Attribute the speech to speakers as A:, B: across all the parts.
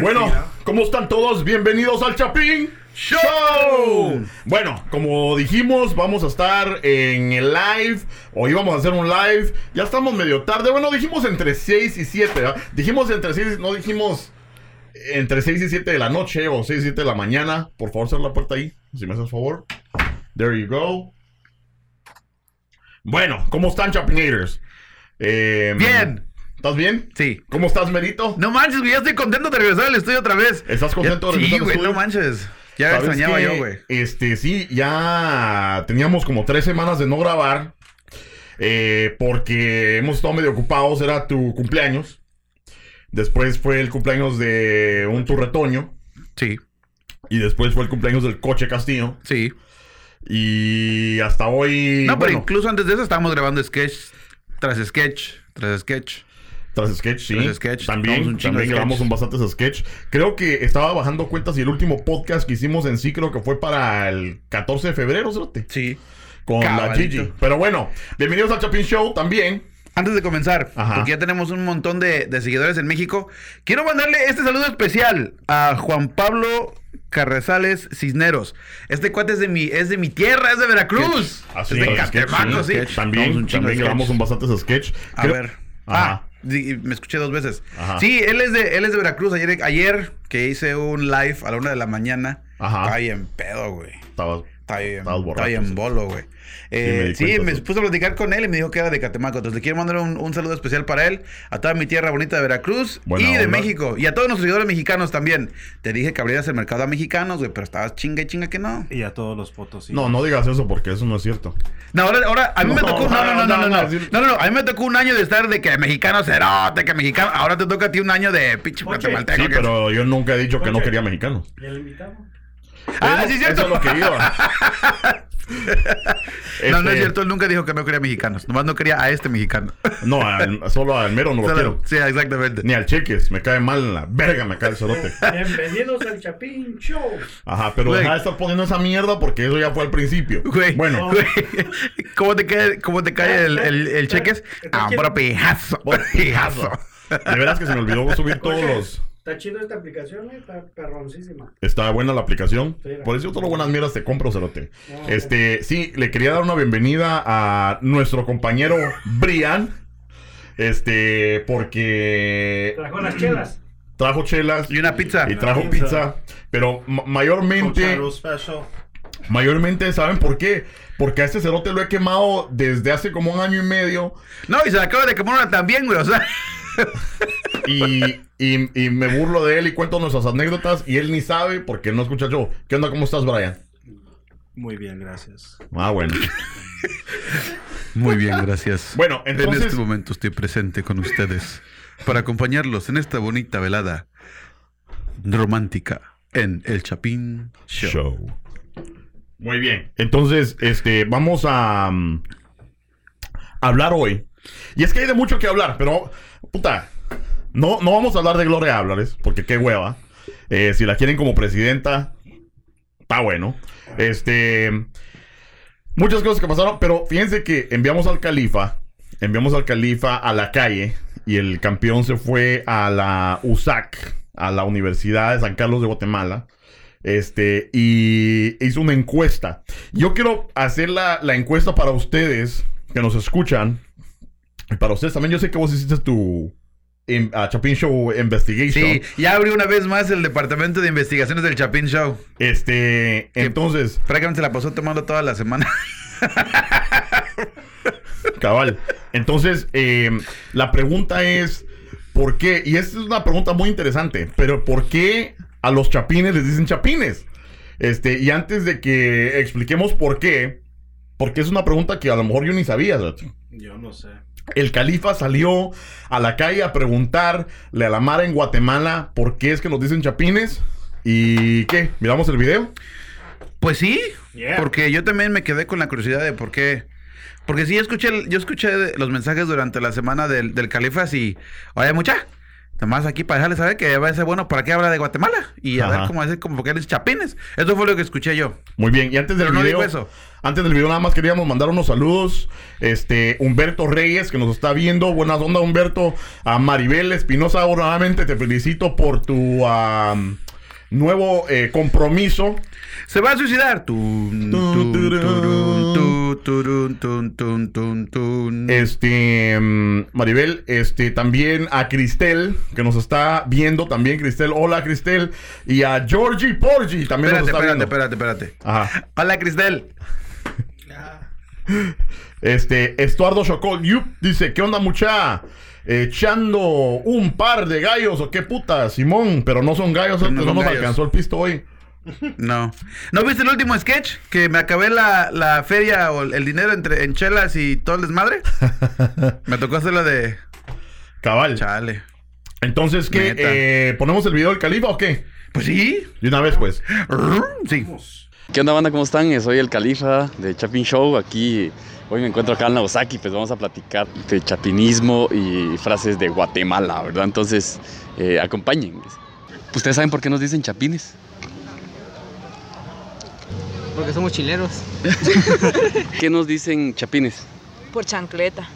A: Bueno, ¿cómo están todos? Bienvenidos al Chapín Show. Bueno, como dijimos, vamos a estar en el live. Hoy vamos a hacer un live. Ya estamos medio tarde. Bueno, dijimos entre 6 y 7. ¿verdad? Dijimos entre 6, no dijimos entre 6 y 7 de la noche o 6 y 7 de la mañana. Por favor, cierra la puerta ahí, si me haces favor. There you go. Bueno, ¿cómo están, Chapinators? Eh,
B: Bien.
A: ¿Estás bien?
B: Sí.
A: ¿Cómo estás, Merito?
B: No manches, güey, ya estoy contento de regresar al estudio otra vez.
A: ¿Estás contento de
B: de regresar Sí,
A: regresar al
B: güey,
A: estudio?
B: no manches. Ya
A: ¿Sabes
B: extrañaba
A: qué?
B: yo, güey.
A: Este, sí, ya teníamos como tres semanas de no grabar. eh, porque hemos estado medio ocupados. Era tu cumpleaños. Después fue el cumpleaños de un turretoño.
B: Sí,
A: Y después fue el cumpleaños del coche Castillo.
B: sí.
A: Y hasta hoy.
B: no, pero
A: bueno,
B: incluso antes de eso estábamos grabando sketch tras sketch tras sketch.
A: Tras sketch, sí.
B: Tras sketch,
A: También,
B: grabamos un chingo
A: también
B: de
A: grabamos
B: sketch.
A: un bastantes sketch. Creo que estaba bajando cuentas y el último podcast que hicimos en sí, creo que fue para el 14 de febrero, ¿sí?
B: Sí.
A: Con la
B: Cabalito.
A: Gigi. Pero bueno, bienvenidos al Chapin Show también.
B: Antes de comenzar,
A: Ajá.
B: porque ya tenemos un montón de, de seguidores en México, quiero mandarle este saludo especial a Juan Pablo Carrezales Cisneros. Este cuate es de mi, es de mi tierra, es de Veracruz.
A: Así
B: es de
A: es,
B: Catemaco,
A: Ah, sketch,
B: sí.
A: sketch. También,
B: Grabamos un chingo
A: también
B: de
A: grabamos
B: sketch.
A: un bastantes sketch.
B: A
A: Creo-
B: ver.
A: Ajá.
B: Ah, di- me escuché dos veces.
A: Ajá.
B: Sí, él es de él es de Veracruz. Ayer, ayer que hice un live a la una de la mañana.
A: Ajá.
B: Estaba bien pedo, güey.
A: Estaba-
B: Estaba bien,
A: Estabas borracho,
B: estaba bien
A: sí.
B: bolo, güey. Eh,
A: Sí, me di
B: sí,
A: cuenta,
B: me
A: sí.
B: puse a platicar con él y me dijo que era de Catemaco. Entonces le quiero mandar un, un saludo especial para él, a toda mi tierra bonita de Veracruz
A: Buena
B: y de
A: onda.
B: México. Y a todos nuestros seguidores mexicanos también. Te dije que abrieras el mercado a mexicanos, güey, pero estabas chinga y chinga que no.
C: Y a todos los fotos.
A: No, no digas eso porque eso no es cierto.
B: No, ahora, ahora a mí me
A: No,
B: tocó. No, no, no, no, no, no.
A: no.
B: No, no, no, A mí me tocó un año de estar de que mexicano cerote, que mexicano. Ahora te toca a ti un año de pinche
C: Oye,
B: guatemalteco.
A: Sí,
B: que-
A: pero yo nunca he dicho que no
C: Oye.
A: quería mexicanos.
C: Y el invitado.
B: Ah,
A: Eso-
B: sí, es cierto.
A: Eso es lo que iba.
B: No, no
A: Este,
B: es cierto. Él nunca dijo que no quería mexicanos. Nomás no quería a este mexicano.
A: No, al- solo al mero no lo quiero.
B: sí, exactamente.
A: Ni al cheques, me cae mal en la verga, me cae el cerote.
C: Bienvenidos al Chapín Show.
A: Ajá, pero
B: Güey.
A: deja de estar poniendo esa mierda porque eso ya fue al principio.
B: Güey,
A: Bueno,
B: güey, ¿cómo te cae, cómo te cae el, el, el cheques? Ah,
C: Oye.
B: por pijazo, pijazo.
A: de veras que se me olvidó subir todos
C: Oye,
A: los.
C: Está chido esta aplicación, eh, está perroncísima.
A: Está buena la aplicación.
C: Sí,
A: Por eso todas buenas mierdas te compro, Cerote.
C: No,
A: Este, sí, le quería dar una bienvenida a nuestro compañero Brian. Este, porque
C: Trajo las chelas.
A: trajo chelas
B: Y una pizza.
A: y trajo pizza. Pero ma- mayormente, mayormente, ¿saben por qué? Porque a este cerote lo he quemado desde hace como un año y medio.
B: No, y se la acaba de comer una también, güey. O sea,
A: Y, y- y me burlo de él y cuento nuestras anécdotas. Y él ni sabe porque no escucha yo. ¿Qué onda? ¿Cómo estás, Brian?
C: Muy bien, gracias.
A: Ah, bueno.
B: Muy bien, gracias.
A: Bueno,
B: En
A: entonces.
B: este momento estoy presente con ustedes para acompañarlos en esta bonita velada romántica en El Chapín Show.
A: Muy bien. Entonces, este, vamos a mm, hablar hoy. Y es que hay de mucho que hablar, pero puta, no, no vamos a hablar de Gloria Álvarez, porque qué hueva. Eh, si la quieren como presidenta, está bueno. Este, muchas cosas que pasaron, pero fíjense que enviamos al califa, enviamos al califa a la calle y el campeón se fue a la USAC, a la Universidad de San Carlos de Guatemala. Este, y hizo una encuesta. Yo quiero hacer la, la encuesta para ustedes que nos escuchan. Y para ustedes también, yo sé que vos hiciste tu in- ah, Chapin Show Investigation.
B: Sí, ya abrió una vez más el departamento de investigaciones del Chapín Show.
A: Este, entonces,
B: Prácticamente se la pasó tomando toda la semana.
A: cabal. Entonces, eh, la pregunta es: ¿por qué? Y esta es una pregunta muy interesante, pero ¿por qué a los chapines les dicen chapines? Este, y antes de que expliquemos por qué, porque es una pregunta que a lo mejor yo ni sabía, Sacho.
C: Yo no sé.
A: El califa salió a la calle a preguntarle a la Mara en Guatemala por qué es que nos dicen chapines. ¿Y qué? ¿Miramos el video?
B: Pues sí,
C: Yeah.
B: porque yo también me quedé con la curiosidad de por qué. Porque sí, escuché, el- yo escuché los mensajes durante la semana del, del Califas y. Oye, mucha. Nomás aquí para dejarles saber que va a ser bueno para qué habla de Guatemala y a
A: Ajá.
B: ver cómo hacer como que eres chapines. Eso fue lo que escuché yo.
A: Muy bien, y antes del
B: Pero no
A: video,
B: digo eso.
A: antes del video nada más queríamos mandar unos saludos, este Humberto Reyes que nos está viendo, buenas onda Humberto, a Maribel Espinosa nuevamente te felicito por tu am, nuevo eh, compromiso.
B: Se va a suicidar. Tun,
A: Tun,
B: tun,
A: turun.
B: turun, tun, turun, tun, tun, tun, tun.
A: Este mm, Maribel, este también a Cristel que nos está viendo también Cristel, hola Cristel y a Georgie Porgi también
B: Espérate,
A: nos está
B: espérate,
A: viendo.
B: espérate, espérate.
A: Ajá.
B: Hola, Cristel.
C: Ah,
A: Este, Estuardo Chocol, yup, dice, ¿qué onda mucha? Echando un par de gallos o qué puta, Simón, pero no son gallos,
B: Pero
A: no,
B: no son
A: nos
B: gallos.
A: alcanzó el pisto hoy.
B: No. ¿No viste el último sketch? Que me acabé la, la feria o el dinero entre en chelas y todo el desmadre. Me tocó hacer la de.
A: Cabal.
B: Chale.
A: Entonces, ¿qué?
B: Neta.
A: Eh, ¿Ponemos el video del califa o qué?
B: Pues sí.
A: De una vez, pues.
B: Sí.
C: vamos.
D: ¿Qué onda, banda? ¿Cómo están? Eh, Soy el Califa de Chapin Show. Aquí hoy me encuentro acá en Nagasaki, pues vamos a platicar de chapinismo y frases de Guatemala, ¿verdad? Entonces, eh, acompáñenme. ¿Ustedes saben por qué nos dicen chapines?
E: Porque somos chileros.
D: ¿Qué nos dicen chapines?
F: Por chancleta.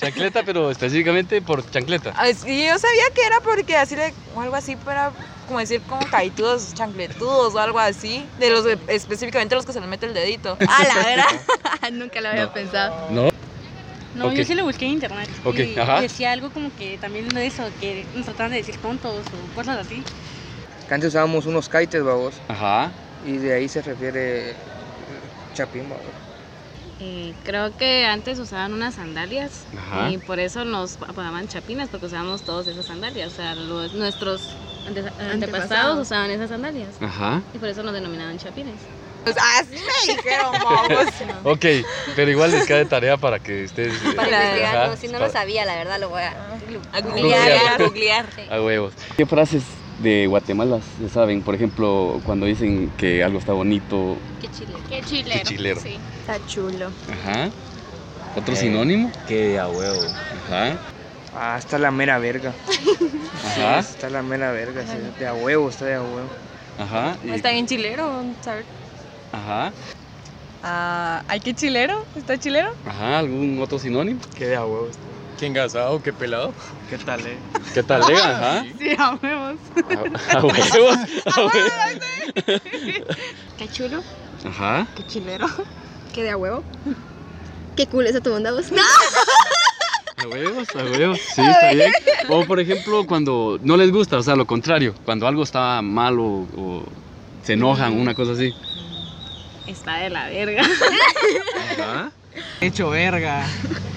D: Chancleta, pero específicamente por chancleta.
F: Ah, es- Y yo sabía que era porque así le, o algo así para como decir como caitudos, chancletudos o algo así. De los de- específicamente los que se les mete el dedito. Ah,
G: A la verdad. Nunca lo había
D: No.
G: pensado.
D: No.
H: No,
D: Ok.
H: yo sí lo busqué en internet.
D: Ok,
H: y,
D: ajá.
H: y decía algo como que también de eso, que nos trataban de decir tontos o cosas así.
E: Que antes usábamos unos kites, babos,
D: Ajá.
E: y de ahí se refiere eh, chapín, babos.
H: Mm, creo que antes usaban unas sandalias
D: Ajá.
H: y por eso nos apodaban chapinas, porque usábamos todos esas sandalias. O sea, nuestros
G: antepasados
H: usaban esas sandalias
D: Ajá.
H: y por eso nos denominaban chapines.
F: Pues, así me dijeron, vamos.
D: Ok, pero igual les cae tarea para que ustedes... eh,
F: Para investigar,
G: sabía, la verdad, lo voy a
F: A googlear, a googlear.
D: A huevos. ¿Qué frases de Guatemala se saben? Por ejemplo, cuando dicen que algo está bonito.
H: Qué chile.
G: Qué chilero.
D: Qué chilero.
G: Sí.
I: Está chulo.
D: Ajá. ¿Otro sinónimo?
J: Que a huevo.
D: Ajá.
E: Ah, está la mera verga.
D: Ajá.
E: Está la mera verga, sí, de a huevo, está de a huevo.
D: Ajá. y-
I: Está bien chilero, ¿sabes?
D: Ajá.
I: Ah, ¿Hay que chilero? ¿Está chilero?
D: Ajá. ¿Algún otro sinónimo?
J: Que de a huevo. Que engasado, que pelado. ¿Qué tal, eh?
D: ¿Qué tal, eh? Ajá.
H: Sí, a huevos.
D: A, a huevos. A huevos.
H: Qué chulo.
D: Ajá.
I: Qué chilero. ¿Qué de a huevo? Qué cool esa tu onda vos. No.
D: A huevos, a huevos. Sí, está bien. O por ejemplo, cuando no les gusta, o sea, lo contrario. Cuando algo está mal o, o se enojan, una cosa así.
H: Está de la verga.
D: Ajá.
K: hecho verga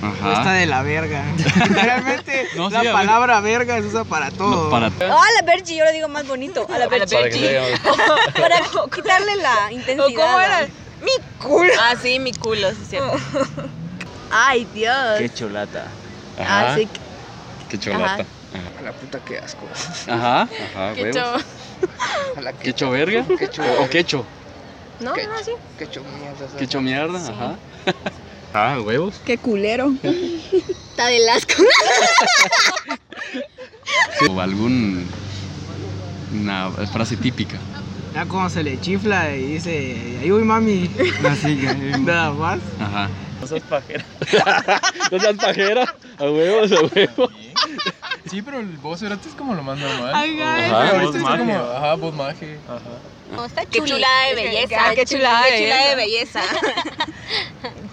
K: o está
D: Ajá.
K: de la verga. Realmente
D: No, sí,
K: la
D: a ver.
K: palabra verga es usa para todo.
D: No, para
H: Ah,
G: Oh, a la Berchi, yo lo digo más bonito. A la
F: A la
G: Berchi.
D: para que
F: Berchi.
D: vean.
G: Para quitarle la intensidad.
F: ¿O cómo era?
G: ¿no? Mi culo.
F: Ah, sí, mi culo, sí, cierto.
I: Ay, Dios.
J: Qué cholata.
D: Ajá.
I: Ah, sí.
D: Qué cholata.
E: A la puta, qué asco.
D: Ajá. Ajá.
I: Qué
D: huevos.
I: cho-
E: A la que
D: Quecho verga.
E: Quecho
D: O- O quecho.
I: No,
E: Qué-
I: no, sí.
E: quecho mierda. ¿sabes?
D: Quecho mierda. Ajá. Ah, huevos.
I: Qué culero. Está del asco.
D: O algún. Una frase típica.
K: Ya como se le chifla y dice, ay uy mami, nada más.
D: Ajá. No seas pajera. no seas pajera. A huevos, a huevos.
J: Sí, pero el voz era es como lo más normal.
D: Ajá,
J: Ajá,
D: voz
J: ahorita está como, ajá, voz maje. Ajá.
G: No, está
F: Qué chulada de
H: Ah,
F: belleza. Ah, Qué chulada de belleza.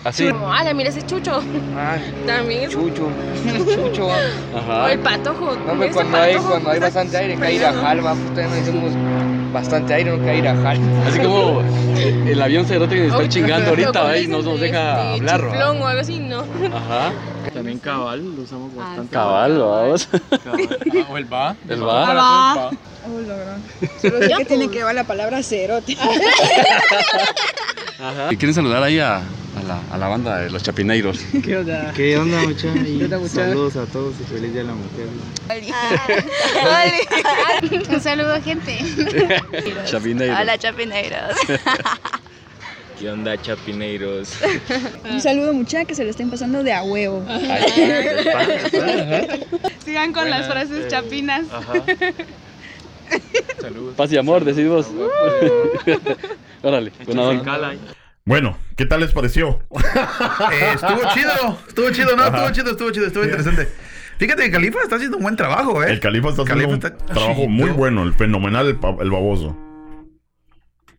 D: Así.
I: Ala, mira ese chucho.
E: Ah,
I: También es
E: chucho. Chucho.
I: O
D: Ajá.
I: el patojo.
E: No, hombre, cuando hay, cuando hay bastante aire, cae a jalba. Puta, no decimos bastante aire, no cae a jalba.
D: Así como el avión cerote que nos está chingando ahorita, ¿ve? Y no nos deja hablar, ¿va?
I: Chiflón o algo así, no.
D: Ajá.
J: También cabal lo usamos bastante.
D: Cabal, vamos.
J: Cabal. Ah, o el va.
D: El va.
J: Para todo el va.
I: ¿Qué tiene que ver la palabra cerote?
D: Ajá. ¿Y Ah, quieren saludar ahí a, a la, a la banda de los chapineiros?
K: ¿Qué onda?
J: ¿Qué onda, muchachos?
K: onda, muchacha?
J: Saludos a todos y feliz día de la mujer.
F: Ah.
G: Un saludo, gente.
D: Chapineiros.
G: Hola, chapineiros.
L: ¿Qué onda, chapineiros?
I: Un saludo mucha que se lo estén pasando de a huevo.
H: Sigan con las
D: Buenas,
H: frases
D: eh,
H: chapinas.
D: ajá. Paz y amor, decís vos. Órale, buena onda.
A: Bueno, ¿qué tal les pareció?
B: Eh, estuvo chido, estuvo chido, no, estuvo chido, estuvo chido, estuvo interesante. Fíjate que Califa está haciendo un buen trabajo, ¿eh?
A: El califa está haciendo
B: Califa
A: un
B: está-
A: trabajo muy bueno, el fenomenal el, pa- el baboso.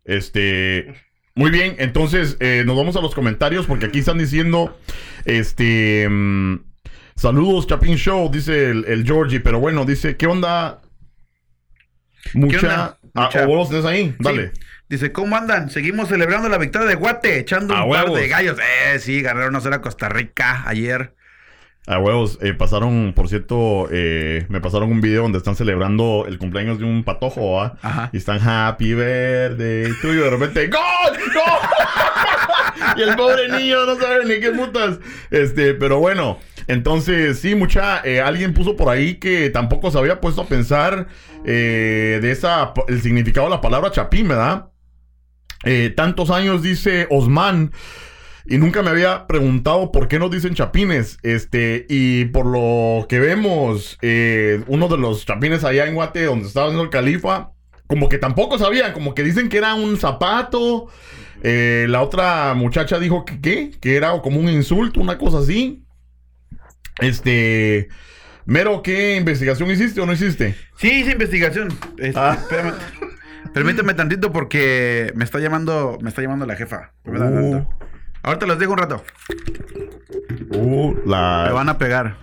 A: Este, muy bien, entonces eh, nos vamos a los comentarios porque aquí están diciendo, este, mm, saludos Chapin Show, dice el, el Georgie, pero bueno, dice, ¿qué onda? Mucha,
B: onda?
A: Ah,
B: Mucha.
A: ¿o vos tenés ahí, dale.
B: Dice, ¿cómo andan? Seguimos celebrando la victoria de Guate, echando
A: A
B: un par
A: huevos.
B: de gallos. Eh, sí, ganaron a a Costa Rica ayer.
A: A huevos, eh, pasaron, por cierto, eh, me pasaron un video donde están celebrando el cumpleaños de un patojo, ¿ah? Y están happy birthday tuyo, de repente, ¡Gol! ¡Gol! y el pobre niño no sabe ni qué putas. Este, pero bueno, entonces, sí, mucha, eh, alguien puso por ahí que tampoco se había puesto a pensar eh, de esa, el significado de la palabra chapín, ¿verdad? Eh, tantos años, dice Osman. Y nunca me había preguntado por qué nos dicen chapines. Este, y por lo que vemos, eh, uno de los chapines allá en Guate, donde estaba haciendo el califa, como que tampoco sabían, como que dicen que era un zapato. Eh, la otra muchacha dijo que qué, que era como un insulto, una cosa así. Este, mero, ¿qué investigación hiciste o no hiciste?
B: Sí, hice investigación. Este,
A: Ah.
B: espérame. Permíteme tantito porque me está llamando, me está llamando la jefa. Permítame
A: Uh.
B: tantito. Ahorita los dejo un rato.
A: Uh, la...
B: Me van a pegar.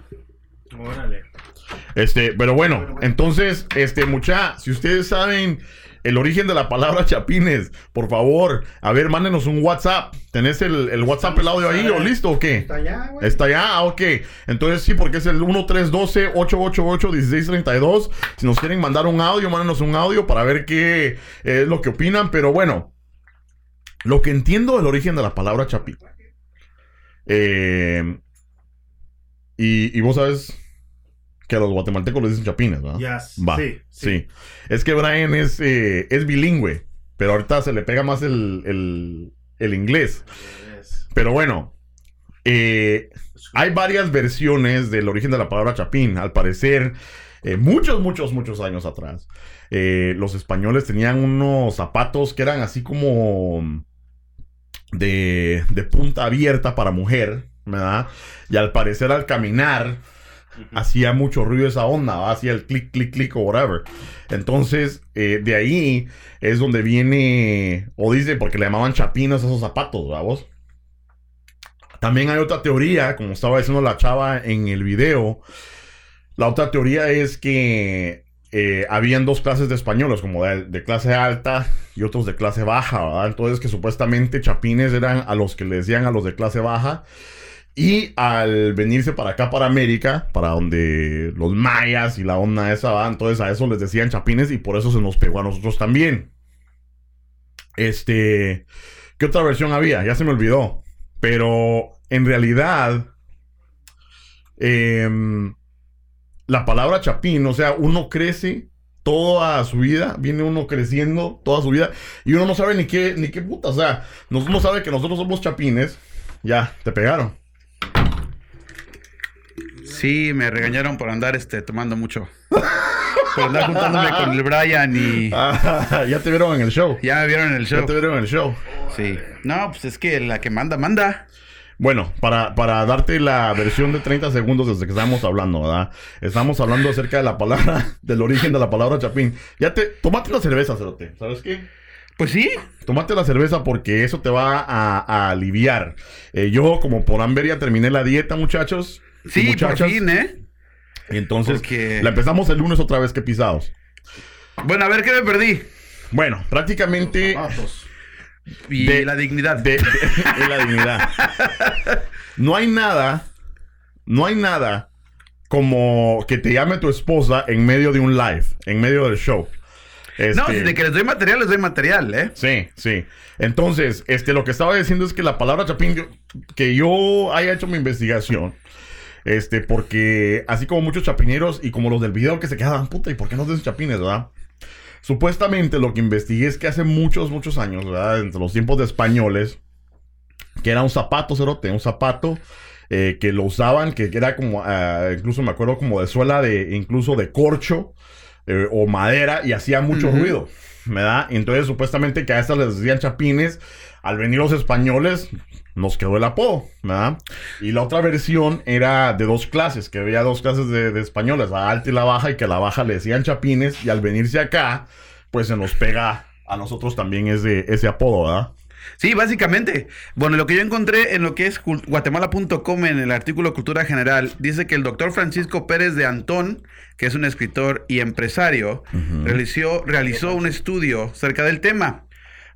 C: Órale.
A: Este, pero bueno, entonces, este, mucha, si ustedes saben el origen de la palabra chapines, por favor, a ver, mándenos un WhatsApp. ¿Tenés el, el WhatsApp el audio ahí o listo o qué? Está
C: allá,
A: güey. Está allá, ah, ok. Entonces sí, porque es el 1312-888-1632. Si nos quieren mandar un audio, mándenos un audio para ver qué eh, es lo que opinan. Pero bueno, lo que entiendo del origen de la palabra chapín. Eh, y, y vos sabes que a los guatemaltecos les dicen chapines, ¿verdad?
C: Yes.
A: Va.
C: Sí,
A: Sí,
C: sí.
A: Es que Brian es, eh, es bilingüe, pero ahorita se le pega más el, el- el inglés. Pero bueno, eh, hay varias versiones del origen de la palabra chapín. Al parecer, eh, muchos, muchos, muchos años atrás, eh, los españoles tenían unos zapatos que eran así como de, de punta abierta para mujer, ¿verdad? Y al parecer al caminar hacía mucho ruido esa onda, ¿va? hacía el clic, clic, clic o whatever. Entonces, eh, de ahí es donde viene, o dice, porque le llamaban chapinas a esos zapatos, ¿va vos? También hay otra teoría, como estaba diciendo la chava en el video, la otra teoría es que eh, habían dos clases de españoles, como de, de clase alta y otros de clase baja, ¿verdad? Entonces que supuestamente chapines eran a los que le decían a los de clase baja. Y al venirse para acá, para América, para donde los mayas y la onda esa van, entonces a eso les decían chapines y por eso se nos pegó a nosotros también. Este, ¿qué otra versión había? Ya se me olvidó. Pero en realidad, em, la palabra chapín, o sea, uno crece toda su vida, viene uno creciendo toda su vida y uno no sabe ni qué, ni qué puta, o sea, nos- uno sabe que nosotros somos chapines, ya, te pegaron.
B: Sí, me regañaron por andar este tomando mucho. Por andar juntándome con el Brian y.
A: Ah, ya te vieron en el show.
B: Ya me vieron en el show.
A: Ya te vieron en el show.
B: Sí. No, pues es que la que manda, manda.
A: Bueno, para, para darte la versión de 30 segundos desde que estábamos hablando, ¿verdad? Estamos hablando acerca de la palabra, del origen de la palabra chapín. Ya te, tomate una cerveza, Cerote, ¿sabes qué?
B: Pues sí.
A: Tomate la cerveza porque eso te va a, a aliviar. Eh, yo, como por Amber, ya terminé la dieta, muchachos. y
B: Sí, por
A: muchachas.
B: fin, ¿eh?
A: Y entonces
B: Porque-
A: la empezamos el lunes otra vez que pisados.
B: Bueno, a ver qué me perdí.
A: Bueno, prácticamente.
B: Y la dignidad.
A: De, de- y la dignidad. No hay nada, no hay nada como que te llame tu esposa en medio de un live, en medio del show.
B: No,
A: Este-
B: si de que les doy material, les doy material, ¿eh?
A: Sí, sí. Entonces, este, lo que estaba diciendo es que la palabra chapín, yo- que yo haya hecho mi investigación, este, porque así como muchos chapineros y como los del video que se quedaban, puta, ¿y por qué no dicen chapines, verdad? Supuestamente lo que investigué es que hace muchos, muchos años, ¿verdad? Entre los tiempos de españoles, que era un zapato, cerote, un zapato eh, que lo usaban, que era como, ah, incluso me acuerdo como de suela de, incluso de corcho eh, o madera y hacía mucho
M: Ujú.
A: ruido, ¿verdad? Entonces supuestamente que a estas les decían chapines, al venir los españoles nos quedó el apodo, ¿verdad? Y la otra versión era de dos clases, que había dos clases de, de españoles, la alta y la baja, y que a la baja le decían chapines y al venirse acá, pues se nos pega a nosotros también ese, ese apodo, ¿verdad?
B: Sí, básicamente. Bueno, lo que yo encontré en lo que es cul- guatemala.com en el artículo Cultura General, dice que el doctor Francisco Pérez de Antón, que es un escritor y empresario, realizó, realizó un estudio cerca del tema.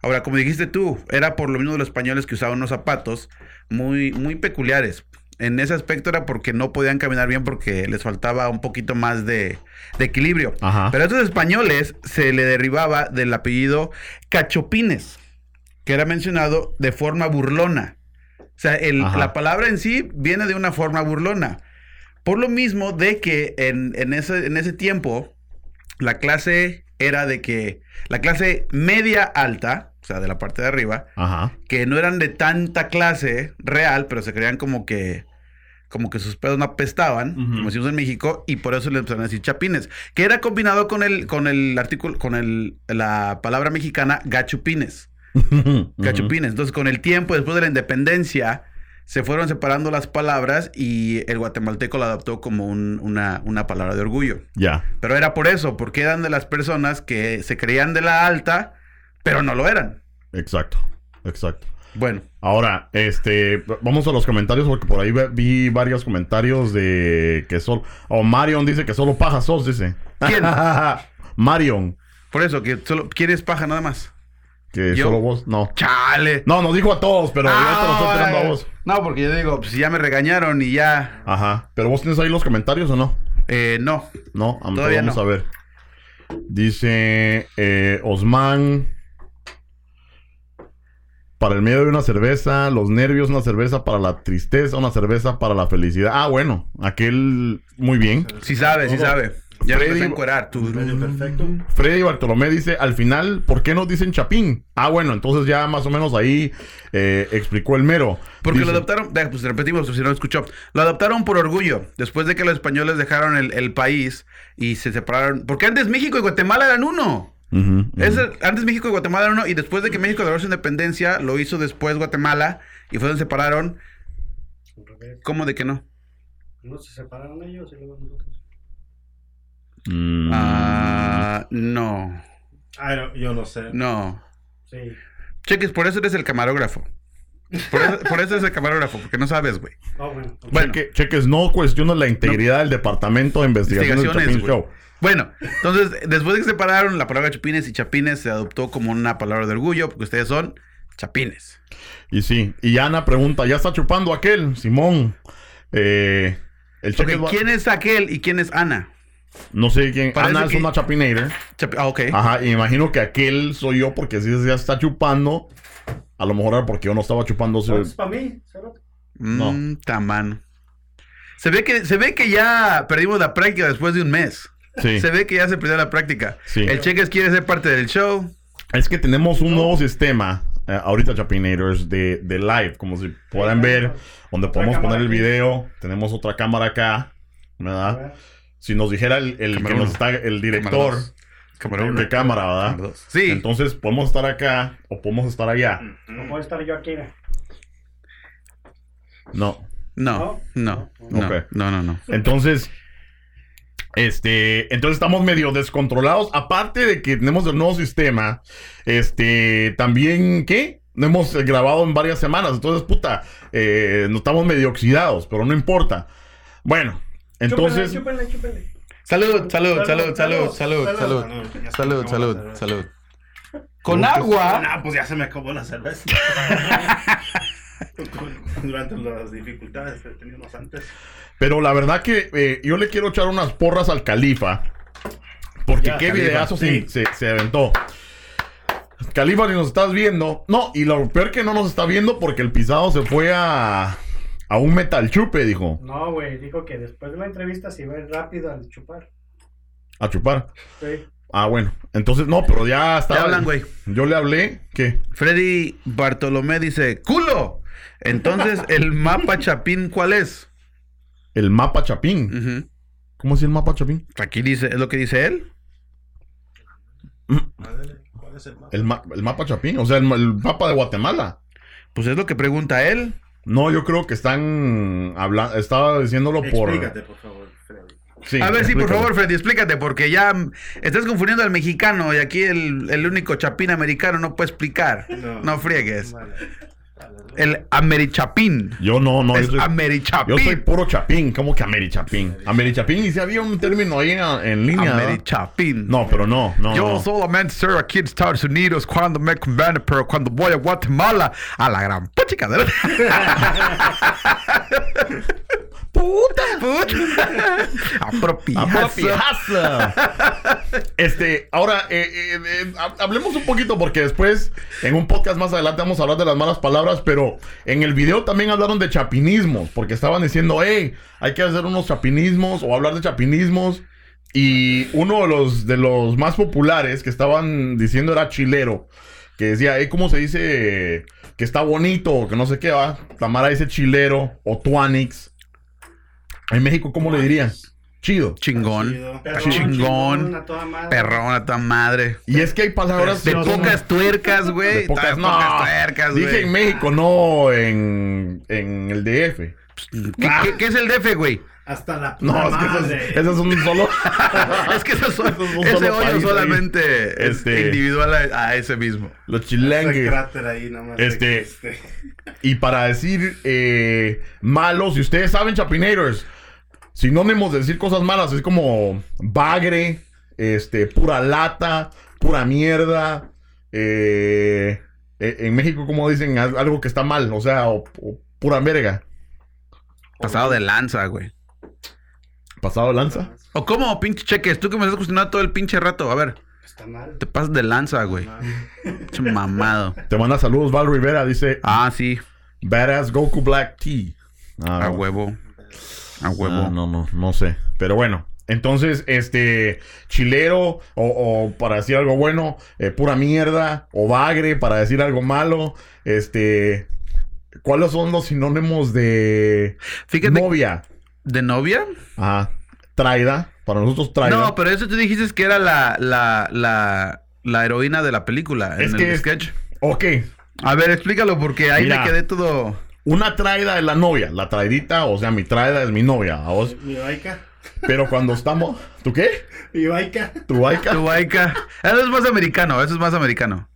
B: Ahora, como dijiste tú, era por lo mismo de los españoles que usaban unos zapatos muy, muy peculiares. En ese aspecto era porque no podían caminar bien porque les faltaba un poquito más de, de equilibrio. Pero a estos españoles se le derivaba del apellido Cachopines que era mencionado de forma burlona. O sea, el-
M: Ajá.
B: la palabra en sí viene de una forma burlona. Por lo mismo de que en, en ese, en ese tiempo la clase era de que la clase media alta, o sea, de la parte de arriba,
A: Ajá.
B: que no eran de tanta clase real, pero se creían como que como que sus pedos no apestaban, como decimos en México, y por eso le empezaron a decir chapines, que era combinado con el con el artículo con el la palabra mexicana gachupines. Cachupines. Entonces, con el tiempo, después de la independencia, se fueron separando las palabras y el guatemalteco la adoptó como un- una, una palabra de orgullo.
A: Ya.
B: Pero era por eso, porque eran de las personas que se creían de la alta, pero no lo eran.
A: Exacto, exacto.
B: Bueno.
A: Ahora, este, vamos a los comentarios porque por ahí ve- vi varios comentarios de que solo... O Marion dice que solo paja sos, dice.
B: ¿Quién?
A: Marion.
B: Por eso, que solo quieres paja nada más.
A: Que
B: Yo. Ah,
A: solo vos, no.
B: ¡Chale!
A: No, nos dijo a todos, pero yo te lo estoy tirando a vos.
B: No, porque yo digo, pues ya me regañaron y ya.
A: Ajá. ¿Pero vos tienes ahí los comentarios o no?
B: Eh, no.
A: No, am-
B: Todavía
A: vamos
B: no.
A: a ver. Dice eh, Osman. Para el miedo de una cerveza, los nervios, una cerveza para la tristeza, una cerveza para la felicidad. Ah, bueno, aquel muy bien.
B: Sí sabe, sí sabe. Ya me empecé a
A: Freddy,
B: encuerar. Tú.
C: Perfecto.
A: Freddy Bartolomé dice, al final, ¿por qué nos dicen chapín? Ah, bueno, entonces ya más o menos ahí eh, explicó el mero.
B: Porque
A: Dice-
B: lo adoptaron, eh, pues repetimos, si no lo escuchó, lo adoptaron por orgullo, después de que los españoles dejaron el, el país y se separaron. Porque antes México y Guatemala eran uno.
A: Ujú, ujú.
B: Ese- antes México y Guatemala eran uno, y después de que México logró su independencia, lo hizo después Guatemala, y fue donde separaron. ¿Cómo de que no?
C: No se separaron ellos y luego nosotros.
A: Mm.
B: Ah, no,
C: Ah, no, yo no sé.
B: no.
C: Sí.
B: Cheques, por eso eres el camarógrafo. Por eso, por eso eres el camarógrafo, porque no sabes, güey.
C: Ah, bueno.
A: Cheque- cheques, no cuestionas la integridad del Departamento de Investigación del
B: Investigaciones,
A: Chapín
B: güey.
A: Show.
B: Bueno, entonces, después de que separaron la palabra chapines y chapines, se adoptó como una palabra de orgullo, porque ustedes son chapines.
A: Y sí, y Ana pregunta, ¿ya está chupando aquel, Simón? Eh, el cheque
B: Ok, ¿Quién es aquel y quién es Ana?
A: No sé quién.
B: Parece
A: Ana es
B: que-
A: una chapineira.
B: ah, ok.
A: Ajá, y imagino que aquel soy yo porque si ya está chupando, a lo mejor era porque yo no estaba chupando. se-
C: Es para mí. cerote.
A: No.
B: Mm, tamán. Se ve, que, se ve que ya perdimos la práctica después de un mes.
A: Sí.
B: Se ve que ya se perdió la práctica.
A: Sí.
B: El Cheques quiere ser parte del show.
A: Es que tenemos un nuevo sistema eh, ahorita, Chapinators, de, de live, como si puedan ver, donde podemos poner el video. Tenemos otra cámara acá, ¿verdad?
C: Ah.
A: Si nos dijera el, el que
B: Cámara
A: nos
B: uno.
A: está, el
B: Cámara
A: director
B: dos. Cámara
A: de-
B: uno.
A: de cámara, ¿verdad?
B: Sí.
A: Entonces podemos estar acá o podemos estar allá.
C: No puedo estar yo aquí. ¿no?
A: No.
B: No, no, no,
A: Ok.
B: no, no, no.
A: Entonces, este, entonces estamos medio descontrolados. Aparte de que tenemos el nuevo sistema, este, también, ¿qué? No hemos eh, grabado en varias semanas. Entonces, puta, eh, no estamos medio oxidados, pero no importa. Bueno, entonces...
C: Chúpenle, chúpenle, chúpenle.
B: Salud,
C: salud, salud,
J: salud, salud,
C: salud.
J: Salud, salud, salud.
B: Con agua.
C: Ah, pues ya se me acabó la cerveza. Durante las dificultades que teníamos antes.
A: Pero la verdad que eh, yo le quiero echar unas porras al califa. Porque
C: Ya,
A: qué
C: Califa,
A: videazo
C: sí.
A: se, se- se aventó. Califa, ni nos estás viendo. No, y lo peor que no nos está viendo porque el pisado se fue a, a un metal chupe, dijo.
C: No, güey, dijo que después de la entrevista se iba a ir rápido al chupar.
A: A chupar.
C: Sí.
A: Ah, bueno. Entonces, no, pero ya está.
B: Ya hablan, güey.
A: Yo le hablé que.
B: Freddy Bartolomé dice, culo. Entonces, ¿el mapa chapín cuál es?
A: El mapa chapín.
B: Mm.
A: ¿Cómo es el mapa chapín?
B: Aquí dice, es lo que dice él.
M: ¿Cuál es el mapa?
A: El, ma- el mapa chapín, o sea, el, ma- el mapa de Guatemala.
B: Pues es lo que pregunta él.
A: No, yo creo que están hablando, estaba diciéndolo por...
M: Explícate, por favor, Freddy.
A: Sí,
B: a ver si, por
A: explícalo.
B: favor, Freddy, explícate, porque ya mm, estás confundiendo al mexicano y aquí el, el único chapín americano no puede explicar. No, friegues. El americhapín.
A: Yo no, no.
B: Es
A: yo soy,
B: americhapín.
A: Yo soy puro chapín. ¿Cómo que americhapín? Americhapín. Y si había un término ahí en, en línea. ¿verdad?
B: Americhapín.
A: No, pero no, no.
B: Yo
A: no.
B: solamente soy aquí en Estados Unidos cuando me conviene, pero cuando voy a Guatemala, a la gran chica
A: ¡Puta!
B: ¡Puta!
A: Apropiaza. Este, ahora, eh, eh, eh, ha- hablemos un poquito porque después, en un podcast más adelante, vamos a hablar de las malas palabras, pero en el video también hablaron de chapinismos, porque estaban diciendo, hey, hay que hacer unos chapinismos o hablar de chapinismos. Y uno de los, de los más populares que estaban diciendo era chilero, que decía, hey, ¿cómo se dice que está bonito o que no sé qué va? Tamara dice chilero o tuanix. En México, ¿cómo le dirían? Chido.
B: Chingón.
A: Chido.
B: Chingón.
C: a toda madre.
B: Perrón a tu madre.
A: Y es que hay palabras
B: De
A: que no son-
B: pocas tuercas, güey.
A: De pocas, no.
B: tuercas, güey.
A: Dije en México, no en, en el DF.
B: ¿Qué, qué- qué es el DF, güey?
M: Hasta la
A: No, es que eso es, eso es un solo.
B: es que eso es-
A: un
B: ese
A: solo país
B: hoyo
A: ahí.
B: solamente es
A: Este-
B: individual a, a ese mismo.
A: Los
M: Ese
A: chilengues.
M: cráter ahí nomás.
A: Este, Y para decir eh, malos, si ustedes saben, Chapinators, sinónimos de decir cosas malas es como bagre, este, pura lata, pura mierda. eh, eh, en México, como dicen, Al- algo que está mal, o sea, o- o pura verga.
B: Pasado de lanza, güey.
A: Pasado de lanza.
B: ¿O cómo, pinche cheques? Tú que me estás cuestionando todo el pinche rato. A ver,
C: Está mal.
B: te pasas de lanza, güey. Pinche mamado.
A: Te manda saludos, Val Rivera. Dice:
B: Ah, sí.
A: Badass Goku Black Tea. Ah,
B: A huevo. A huevo.
A: Ah, no, no, no sé. Pero bueno. Entonces, este, chilero, o, o para decir algo bueno, eh, pura mierda, o bagre para decir algo malo, este, ¿cuáles son los sinónimos de novia?
B: ¿De novia?
A: Ajá, traida, para nosotros traida.
B: No, pero eso tú dijiste que era la, la, la, la heroína de la película
A: Es
B: en
A: que
B: el
A: es-
B: sketch.
A: Ok.
B: A ver, explícalo porque ahí
A: Mira.
B: me quedé todo.
A: Una traida es la novia, la traidita, o sea, mi traida es mi novia, ¿a vos?
M: Mi baica.
A: Pero cuando estamos, ¿tú qué?
M: Mi baica.
A: ¿Tu baica?
B: Tu baica. Eso es más americano, eso es más americano.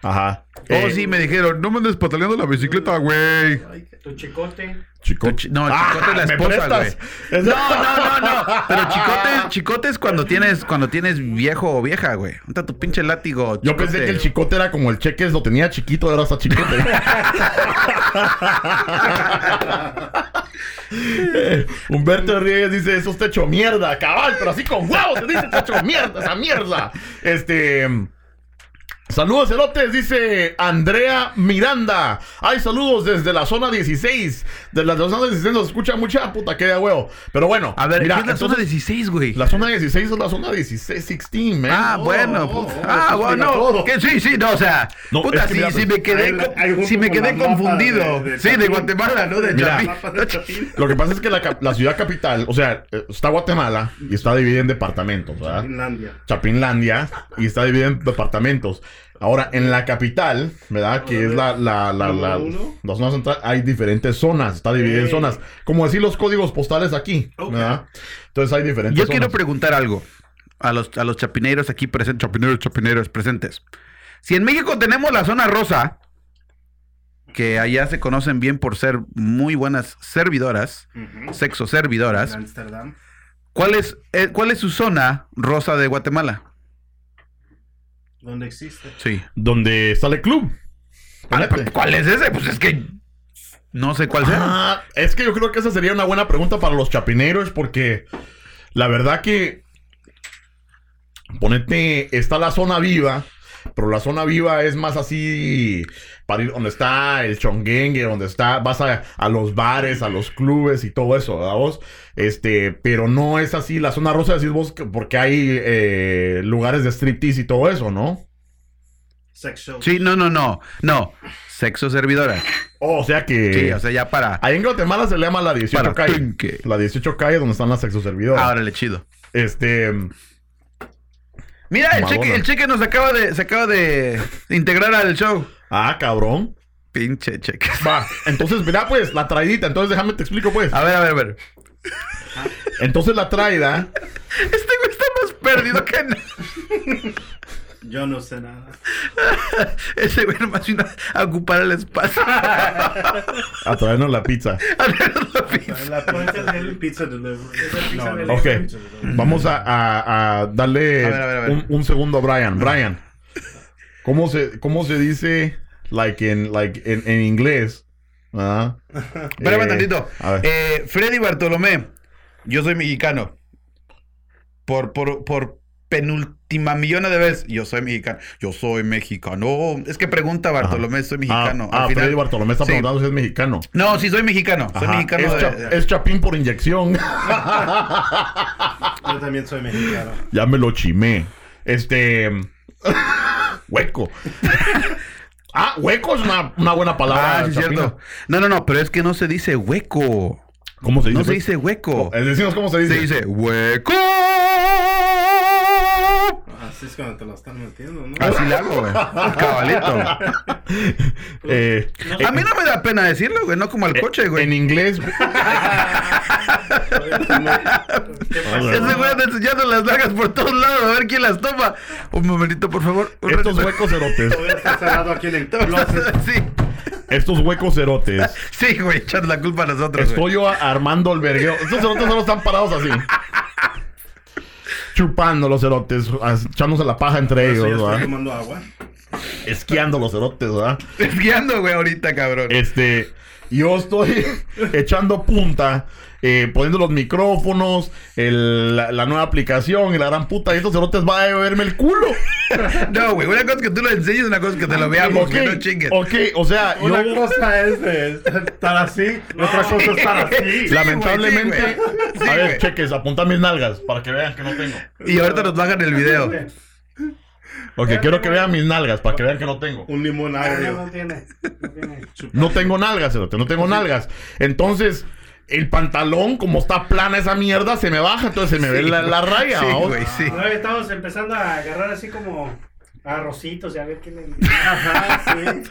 A: Ajá. Eh,
B: Oh, sí, me dijeron, no me andes pataleando la bicicleta, güey.
C: Tu chicote.
A: Chicote.
B: no, chicote es la
A: Ah, ¿me
B: esposa,
A: prestas?
B: güey. No, no, no, no. Pero chicote, es- chicote es cuando tienes, cuando tienes viejo o vieja, güey. Está tu pinche látigo.
A: Yo pensé que el chicote era como el cheques, lo tenía chiquito, ahora está chicote. Eh, Humberto Ríos dice, eso es techo mierda, cabal, pero así con huevos se dice techo mierda, esa mierda. Este... Saludos elotes, dice Andrea Miranda. Hay saludos desde la zona 16. De la zona 16 nos escucha mucha puta que de huevo. Pero bueno,
B: A ver,
A: mira,
B: ¿qué es la zona
A: entonces,
B: 16, güey?
A: la zona 16 es la zona 16, 16, man.
B: Ah,
A: Oh,
B: bueno.
A: oh,
B: puta.
A: oh,
B: ah,
A: eso explica
B: bueno.
A: todo.
B: Que sí, sí, no, o sea.
A: No,
B: puta,
A: es que
B: si,
A: mira,
B: si me quedé,
M: hay-
B: con-
M: hay un
B: si me
M: como
B: quedé
M: la mapa
B: confundido.
M: de- de
B: sí, de
M: Chapín.
B: Guatemala, ¿no? De
A: Mira.
B: Chapín.
A: Lo que pasa es que la, cap- la ciudad capital, o sea, eh, está Guatemala y está dividida en departamentos,
B: Ah.
A: ¿verdad?
M: Finlandia.
A: Chapinlandia y está dividida en departamentos. Ahora, en la capital, ¿verdad? Que es la, la, la, la, la zona central, hay diferentes zonas, está dividida en
M: Ey.
A: zonas. Como decir los códigos postales aquí, ¿verdad? Entonces hay diferentes
B: Yo
A: zonas.
B: quiero preguntar algo a los, a los chapineros aquí presentes, chapineros, chapineros presentes. Si en México tenemos la zona rosa, que allá se conocen bien por ser muy buenas servidoras, sexo servidoras,
M: Amsterdam.
B: ¿cuál es, eh, ¿cuál es su zona rosa de Guatemala?
M: Donde existe.
B: Sí.
A: Donde sale club. Ponete.
B: Ah, ¿Cuál es ese? Pues es que no sé cuál sea.
A: Ah, es que yo creo que esa sería una buena pregunta para los chapineros porque la verdad que ponete está la zona viva, pero la zona viva es más así para ir donde está el chonguengue, donde está vas a, a los bares, a los clubes y todo eso, ¿verdad vos? Este, pero no es así la zona rosa decís vos que- porque hay eh, lugares de striptease y todo eso, ¿no?
M: Sex show.
B: Sí, no, no, no. No. Sexo servidora.
A: o sea que.
B: Sí, o sea, ya para.
A: Ahí en Guatemala se le llama la 18
B: Para Ah,
A: calle. La 18 calle donde están las sexoservidoras.
B: Ahora le chido.
A: Este.
B: Mira, el
A: Madonna.
B: cheque, el cheque nos acaba de, se acaba de integrar al show.
A: Ah, cabrón.
B: Pinche cheque.
A: Va, entonces, mira, pues, la traidita. Entonces, déjame te explico, pues.
B: A ver, a ver, a ver.
A: Entonces, la traida.
B: Este güey está más perdido que nada.
M: Yo no sé nada.
B: Ese güey nomás vino a ocupar el espacio.
A: A traernos la pizza.
M: La pizza del pizza delivery. Es el pizza delivery.
A: Ok. Vamos a, a- a darle
M: A ver, a ver, a ver.
A: Un, un segundo a Brian. Brian, ¿cómo se, cómo se dice, like, en, like, en, en inglés? ¿Ah?
B: Espérame
A: Eh,
B: tantito.
A: a ver.
B: Eh, Freddy Bartolomé, yo soy mexicano. Por, por, por penúltima millona de veces, yo soy mexicano. Yo soy mexicano. Es que pregunta Bartolomé, soy mexicano.
A: Ah,
B: Al final-
A: Freddy Bartolomé está
B: Sí.
A: preguntando si es mexicano.
B: No, sí, soy mexicano. Soy
A: Ajá,
B: mexicano.
A: es,
B: de-
A: cha- es chapín por inyección.
M: Yo también soy mexicano.
A: ya me lo chimé. Este. hueco. ah, hueco es una, una buena palabra.
B: Ah, sí,
A: chapina.
B: cierto. No, no, no, pero es que no se dice hueco.
A: ¿Cómo se dice,
B: No se
A: pues?
B: dice hueco.
A: Eh, Decimos cómo se dice.
B: Se dice hueco.
M: Así es cuando te lo están metiendo, ¿no?
B: Así le hago, güey. Cabalito.
A: Eh,
B: A mí no me da pena decirlo, güey. No como al coche, güey.
A: En inglés.
B: Ese güey anda enseñando las lagas por todos lados. A ver quién las toma. Un momentito, por favor. Un
A: Estos
B: ratito.
A: huecos erotes.
M: Todavía está cerrado aquí en el closet.
B: Sí,
A: Estos huecos erotes.
B: sí, güey. Echad la culpa a nosotros, güey.
A: Estoy yo a- armando el vergueo. Estos erotes solo están parados así. Chupando los erotes, as- echándose la paja entre
M: Por eso
A: ellos,
M: ya estoy
A: ¿verdad?
M: tomando agua.
A: Esquiando los erotes, ¿verdad?
B: Desviando, güey, ahorita, cabrón.
A: Este, yo estoy echando punta, eh, poniendo los micrófonos, el- la, la nueva aplicación y la gran puta. Y estos cerotes van a verme el culo.
B: No, güey. Una cosa es que tú lo enseñes, una cosa es que te lo veamos, que pues, no chingues.
A: ok, o sea, yo-
M: Una cosa es eh, estar así, otra cosa es estar
B: Sí,
M: así.
A: lamentablemente.
B: güey, sí, güey.
A: a
B: Sí,
A: ver,
B: güey.
A: cheques, apunta mis nalgas para que vean que no tengo.
B: Y ahorita nos bajan el video.
A: Ok, quiero que vean mis nalgas para que vean que no tengo.
M: Un limón
C: No,
M: agrio.
C: no tiene. No tiene.
A: No tengo nalgas, cerote, no tengo nalgas. Entonces, el pantalón, como está plana esa mierda, se me baja, entonces se me ve
B: Sí,
A: la, la
B: güey.
A: raya.
B: Sí,
A: ¿vamos?
B: güey, sí.
C: Ahora estamos empezando a agarrar así como arrocitos y a ver qué le.
M: Ajá, sí.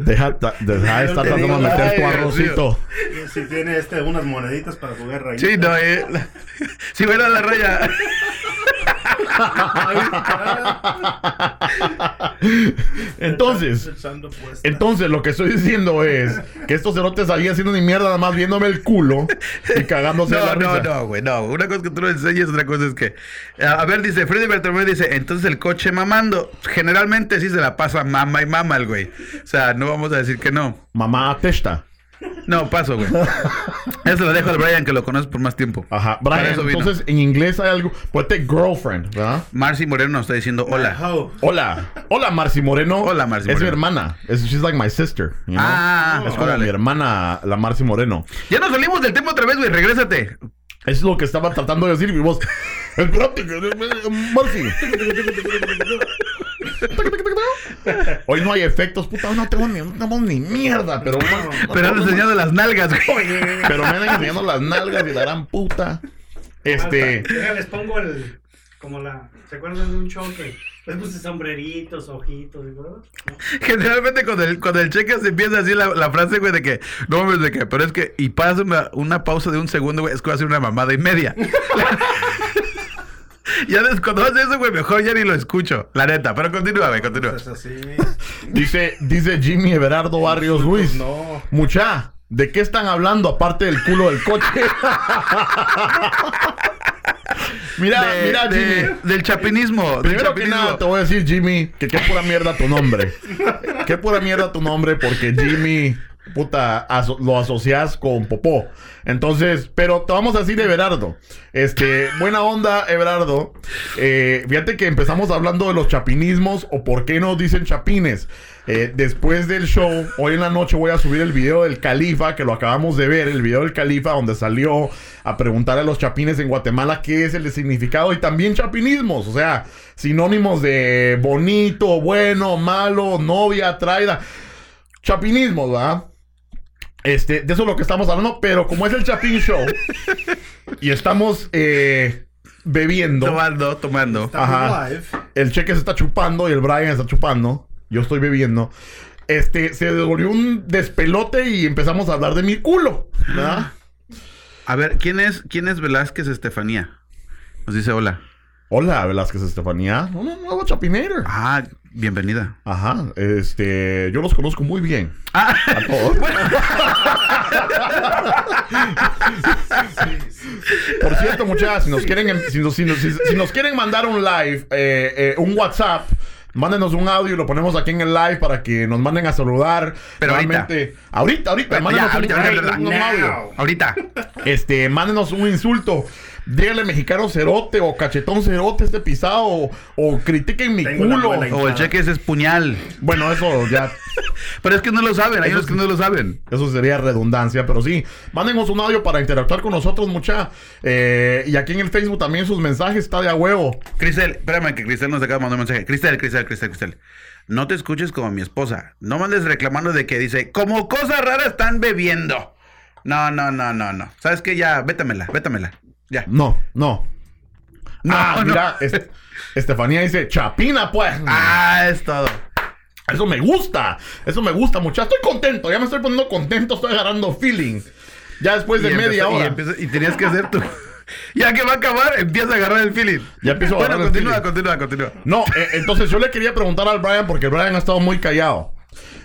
A: Deja, ta- deja de estar
M: te
A: tratando de
M: digo,
A: meter
B: ay,
A: tu
B: Dios
A: arrocito.
M: Si tiene este, unas moneditas para jugar rayitas.
B: Sí, no, eh. Si fuera la raya.
A: Entonces,
M: Echando pues. puesta.
A: entonces lo que estoy diciendo es que estos cerotes ahí haciendo ni mierda, nada más viéndome el culo y cagándose de
B: No,
A: la
B: no,
A: risa.
B: no, güey, no. Una cosa es que tú lo enseñes, otra cosa es que. eh, A a ver, dice Freddy Bertolomé, dice, entonces el coche mamando. Generalmente sí se la pasa mama y mama el güey. O sea, no vamos a decir que no.
A: Mamá testa.
B: No, paso, güey. Eso lo dejo al Brian, que lo conoce por más tiempo.
A: Ajá.
B: Para
A: Brian,
B: eso vino.
A: entonces en inglés hay algo. Ponte girlfriend, ¿verdad?
B: Marcy Moreno nos está diciendo hola. Ah,
M: Ho.
A: Hola. Hola, Marci Moreno.
B: Hola, Marcy
A: Es mi
B: Moreno.
A: hermana. Es, she's like my sister. you know?
B: Ah,
A: es como
B: órale.
A: mi hermana, la Marci Moreno.
B: Ya nos salimos del tema otra vez, güey. Regrésate.
A: Es lo que estaba tratando de decir mi voz. Espérate, que- eh, Marci. Hoy no hay efectos, puta. Hoy no tengo ni, no tenemos ni mierda, pero,
B: Pero han enseñado las nalgas, güey.
A: pero me andan enseñando las nalgas y la gran puta. Este.
C: Hasta- deja, les pongo el. Como la. ¿Se acuerdan de un show que les puse sombreritos, ojitos y todo?
B: Generalmente cuando el, cuando el cheque se empieza así la, la frase, güey, de que, no mames, de que, pero es que, y pasa una, una pausa de un segundo, güey, es que va a ser una mamada y media. ya des- cuando hace eso, güey, mejor ya ni lo escucho, la neta, pero continúa, güey, continúa.
M: Es pues así.
A: Dice, dice Jimmy Everardo Barrios Ruiz.
M: No.
A: Mucha, ¿de qué están hablando aparte del culo del coche? mira,
B: De-
A: mira,
B: de-
A: Jimmy.
B: Del chapinismo. del
A: Primero que
B: chapinismo.
A: nada, te voy a decir, Jimmy, que qué pura mierda tu nombre. qué pura mierda tu nombre, porque Jimmy puta, aso- lo asocias con popó. Entonces, pero te vamos a decir Everardo. Este, buena onda, Everardo. Eh, fíjate que empezamos hablando de los chapinismos o por qué no dicen chapines. Eh, después del show, hoy en la noche voy a subir el video del califa, que lo acabamos de ver, el video del califa donde salió a preguntar a los chapines en Guatemala qué es el significado y también chapinismos, o sea, sinónimos de bonito, bueno, malo, novia, traida. Chapinismos, ¿verdad? Este, de eso es lo que estamos hablando, pero como es el Chapin Show y estamos eh, bebiendo.
B: Tomando, tomando.
A: Ajá.
B: Estamos live.
A: El cheque se está chupando y el Brian está chupando. Yo estoy bebiendo. Este, se devolvió un despelote y empezamos a hablar de mi culo. ¿verdad?
B: A ver, ¿quién es, quién es Velázquez Estefanía? Nos dice hola.
A: Hola, Velázquez Estefanía. Una nueva chapinera.
B: Ah, bienvenida.
A: Ajá. Este, yo los conozco muy bien.
B: Ah.
A: A todos. Por cierto, muchachas, si nos quieren, em, si nos, si nos- si- si nos quieren mandar un live, eh, eh, un WhatsApp, mándenos un audio y lo ponemos aquí en el live para que nos manden a saludar.
B: Pero ahorita.
A: ahorita, ahorita,
B: Ya,
A: mándenos un-
B: ahorita, ahorita,
A: un- un
B: ahorita.
A: audio.
B: Ahorita.
A: Este, mándenos un insulto. Díganle mexicano cerote o cachetón cerote este pisado o, o critiquen mi
B: Tengo la
A: culo.
B: buena O el hinchada. cheque
A: es puñal. Bueno, eso ya.
B: pero es que no lo saben, hay unos que no lo saben.
A: Eso sería redundancia, pero sí. Mándenos un audio para interactuar con nosotros, mucha. Eh, y aquí en el Facebook también sus mensajes está de a huevo.
B: Cristel, espérame que Cristel nos acaba de mandar un mensaje. Cristel, Cristel, Cristel, Cristel. No te escuches como mi esposa. No mandes reclamando de que dice, como cosas raras están bebiendo. No, no, no, no, no. ¿Sabes qué? Ya, vétamela, vétamela. Ya.
A: No, no. ah, mira, es- Estefanía dice, chapina, pues.
B: Ah, es todo.
A: Eso me gusta, eso me gusta, mucha. Estoy contento, ya me estoy poniendo contento, estoy agarrando feeling. Ya después de
B: Y
A: media
B: empezó- y
A: hora.
B: empezó- y tenías que hacer tu... ya que va a acabar, empieza a agarrar el feeling.
A: Ya empiezo a
B: Bueno,
A: agarrar el
B: continúa,
A: feeling.
B: continúa, continúa.
A: No, eh, entonces yo le quería preguntar al Brian porque el Brian ha estado muy callado.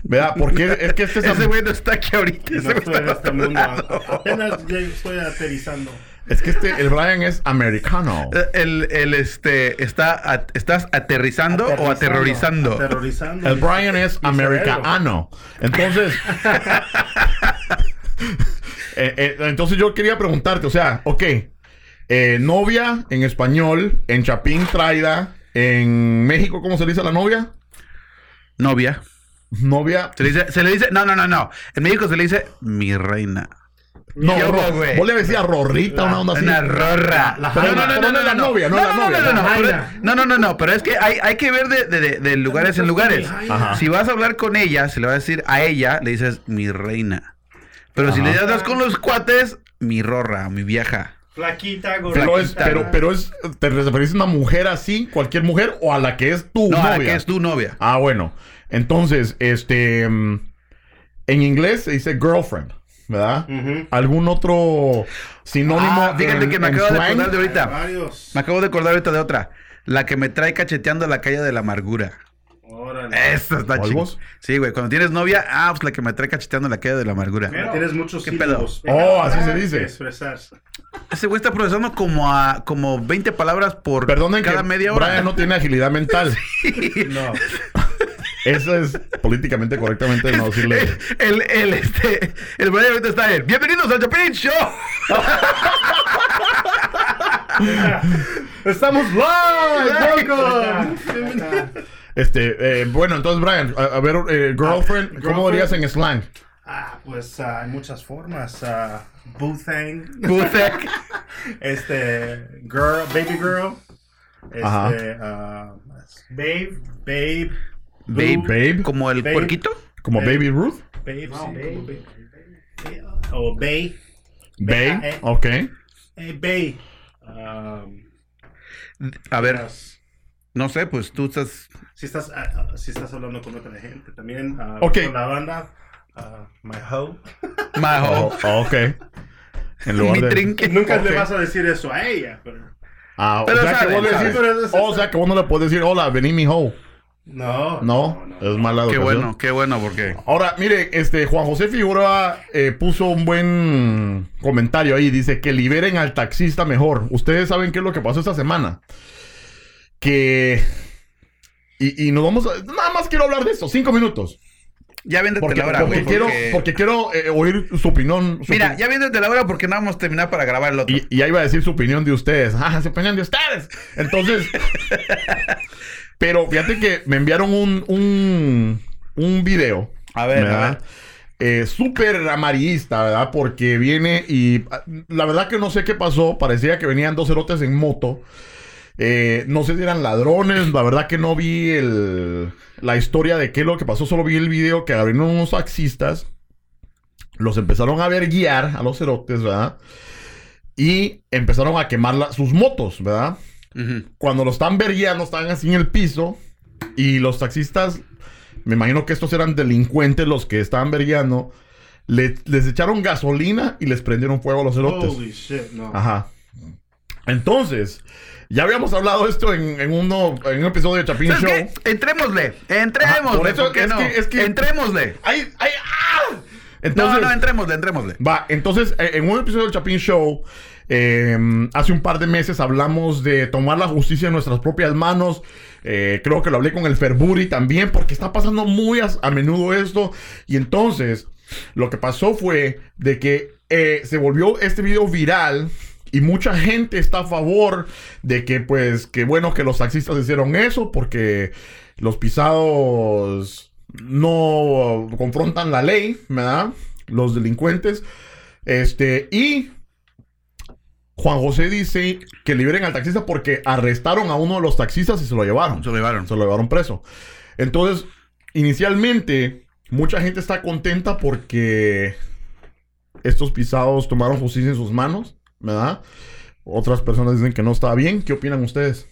A: ¿Verdad? Porque es que este es
B: Ese güey no está aquí ahorita.
M: No
B: ese güey
M: estoy en
B: está-
M: este mundo. Apenas ya estoy aterrizando.
A: Es que este, el Brian es americano.
B: Eh, El, el este, está, a- ¿estás aterrizando, o aterrorizando?
M: Aterrorizando.
A: El Brian es
M: Mi
B: Ah,
A: americano. Entonces. Eh, eh, entonces yo quería preguntarte, o sea, ok. eh, novia en español, en Chapín traida, en México, ¿cómo se le dice a la novia?
B: Novia.
A: Novia.
B: Se le dice, se le dice, no, no, no, no. En México se le dice mi reina.
A: No,
B: Yo,
A: ro-
B: güey.
A: vos le decías rorrita, una onda así.
B: Una rorra.
A: Ah, La- la
B: Pero
A: jaina. Pero no es la novia, no es la novia.
B: No, no,
A: La
B: no, pero-
A: jaina.
B: no, no, no, no, pero es que hay, hay que ver de, de- de- de lugares en lugares.
A: Ajá.
B: Si vas a hablar con ella, se le va a decir a ella, le dices mi reina. Pero si
A: Ajá.
B: le das con los cuates, mi rorra, mi vieja.
C: Flaquita, gordita.
A: Pero es, pero, pero es, ¿te referís a una mujer así, cualquier mujer, o a la que es tu
B: No,
A: novia?
B: a la que es tu novia.
A: Ah, bueno. Entonces, este, mm, en inglés se dice girlfriend, ¿verdad? ¿Algún otro sinónimo?
B: Ah, fíjate
A: en-
B: que me
A: en
B: acabo de
A: slang?
B: acordar de ahorita.
M: Varios.
B: Me acabo de acordar ahorita de otra. La que me trae cacheteando la calle de la amargura.
M: Órale.
B: Esta está chingón.
A: ¿Polvos?
B: Sí, güey. Cuando tienes novia, ah, pues la que me trae cacheteando la calle de la amargura.
M: Tienes muchos
B: ¿Qué pedo?
M: sílabos.
A: Oh, así se dice.
M: Expresar.
B: Ese güey está procesando como a como 20 palabras por
A: Perdonen
B: cada
A: que
B: media hora.
A: Brian no tiene agilidad mental.
M: No.
A: Eso es políticamente correctamente no decirle.
B: El, el, este, el Brian ahorita está en. ¡Bienvenidos al Chapin Show!
A: ¡Estamos live! welcome. Este, eh, bueno, entonces, Brian, a, a ver, eh, girlfriend, ¿cómo
M: girlfriend.
A: dirías en slang?
M: Ah, pues ah, hay muchas formas. ah, boo thing.
B: Boothang.
M: este, girl, baby girl. Este,
A: Ajá.
M: ah, babe. Babe.
B: Babe,
M: boo,
A: Babe.
B: como el
M: Babe.
B: puerquito.
A: ¿Como
B: Eh.
M: Babe.
A: Baby Ruth?
M: Babe, sí, como babe. O babe.
A: Babe,
M: Eh,
A: ok.
M: eh, babe. Um,
B: A ver, no sé, pues tú estás.
M: si, estás, ah, ah, si estás hablando con otra gente también. ah,
A: Ok.
M: Con la banda. ah, my hoe.
B: Majo.
A: Oh, ok. En lugar
B: Mi
A: de-
B: trinque.
M: Nunca
A: Ok.
M: le vas a decir eso a ella, pero.
A: Ah,
B: Pero
A: o, sea
B: sabe,
A: que vos le
B: sabe.
A: decís-
M: Pero es-
A: o sea que vos no le puedes decir, hola, vení mi hoe.
M: No.
A: No, es mala
B: Qué
A: educación.
B: bueno, qué bueno, porque.
A: Ahora, mire, este Juan José Figueroa eh, puso un buen comentario ahí. Dice que liberen al taxista mejor. Ustedes saben qué es lo que pasó esta semana. Que. Y, y nos vamos a. Nada más quiero hablar de esto, cinco minutos.
B: Ya viéndote
A: Porque,
B: la hora,
A: porque
B: güey,
A: quiero,
B: porque-
A: porque quiero eh, oír su opinión. su
B: Mira,
A: opin-
B: ya viéndote la hora porque no vamos a terminar para grabar el otro.
A: y ya iba a decir su opinión de ustedes. Ah, su opinión de ustedes. Entonces, pero fíjate que me enviaron un, un, un video. A
B: ver, a
A: Súper amarillista, ¿verdad? Porque viene y ah, la verdad que no sé qué pasó. Parecía que venían dos erotes en moto. Eh, no sé si eran ladrones, la verdad que no vi el, la historia de qué es lo que pasó, solo vi el video que abrieron unos taxistas, los empezaron a ver guiar a los cerotes, ¿verdad? Y empezaron a quemar la- sus motos, ¿verdad? Cuando los están vergueando, están así en el piso y los taxistas, me imagino que estos eran delincuentes los que estaban vergueando, le- les echaron gasolina y les prendieron fuego a los cerotes.
M: Holy shit, no.
A: Ajá. Entonces, ya habíamos hablado esto en, en uno, en un episodio de Chapin Show.
B: ¿Sabes qué? Entrémosle, entrémosle,
A: por eso
B: ¿por qué
A: es
B: no?
A: que- es que-
B: Entrémosle.
A: ¡Ay, ay, ah! Entonces,
B: no, no, entrémosle, entrémosle.
A: Va, entonces, eh, en un episodio del Chapin Show, eh, hace un par de meses hablamos de tomar la justicia en nuestras propias manos. Eh, creo que lo hablé con el Ferburi también, porque está pasando muy a, a menudo esto. Y entonces, lo que pasó fue de que eh, se volvió este video viral. Y mucha gente está a favor de que, pues, que bueno que los taxistas hicieron eso porque los pisados no confrontan la ley, ¿verdad? Los delincuentes. Este, y Juan José dice que liberen al taxista porque arrestaron a uno de los taxistas y se lo llevaron. Se lo llevaron. Se lo llevaron preso. Entonces, inicialmente, mucha gente está contenta porque estos pisados tomaron justicia en sus manos, ¿verdad? Otras personas dicen que no está bien. ¿Qué opinan ustedes?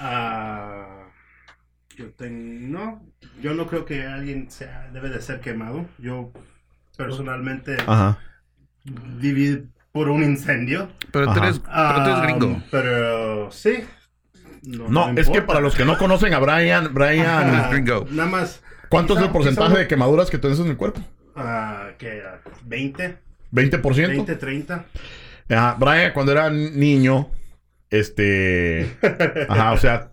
M: Ah, yo ten- no, yo no creo que alguien sea- debe de ser quemado. Yo personalmente
A: Ajá.
M: viví por un incendio.
B: Pero tú Ajá. eres- pero tú eres
M: Ah,
B: gringo.
M: Pero sí. No,
A: No,
M: me
A: es que
M: importa.
A: para los que no conocen a Brian,
M: Ajá,
A: Brian,
M: Nada más.
A: ¿cuánto es el porcentaje de
M: que?
A: quemaduras que tienes en el cuerpo?
M: que ah, 20.
A: ¿20%?
M: 20, 30.
A: Ajá, Ah, Brian cuando era niño, este, ajá, o sea,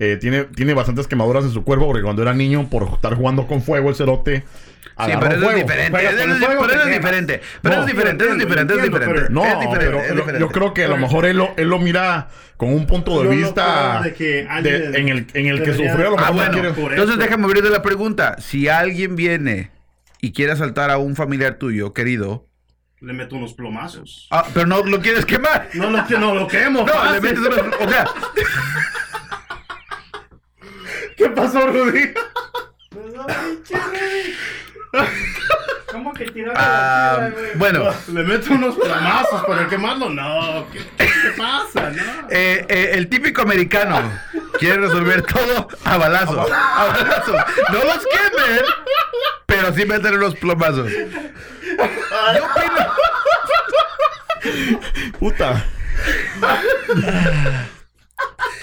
A: eh, tiene, tiene bastantes quemaduras en su cuerpo porque cuando era niño por estar jugando con fuego el cerote
B: Sí,
A: Ah, agarró
B: pero eso es
A: fuego.
B: diferente.
A: Juega
B: eso
A: con
B: es-
A: el fuego,
B: Pero eso
A: te
B: es
A: quemas.
B: diferente. Pero eso
A: No.
B: es diferente, eso es diferente, eso es
M: entiendo,
B: diferente.
A: No,
B: es diferente,
A: pero
B: es
A: lo-
B: diferente.
A: yo creo que a lo mejor él lo, él lo mira con un punto
B: Yo
A: de
B: no
A: vista
B: creo de que
A: de-
B: alguien
A: en el, en el que
B: Debería-
A: sufrió. A lo mejor
B: Ah,
A: no
B: bueno.
A: quiere-
B: Entonces déjame abrirte la pregunta. Si alguien viene y quiere asaltar a un familiar tuyo, querido,
M: Le meto unos plomazos.
B: ah, pero no lo quieres quemar.
M: No, no, que no lo quemo.
B: No, le
M: fácil.
B: metes unos- o sea,
M: ¿Qué pasó, Rudy?
C: Pues no, pinche, güey. ¿Cómo que tiraron
M: Ah,
C: la tira, güey?
B: bueno.
M: Le meto unos plomazos para quemarlo. No, ¿qué, qué pasa? No.
B: eh, eh, el típico americano quiere resolver todo a balazos. A balazos. No los quemen, pero sí meter unos plomazos.
A: Puta.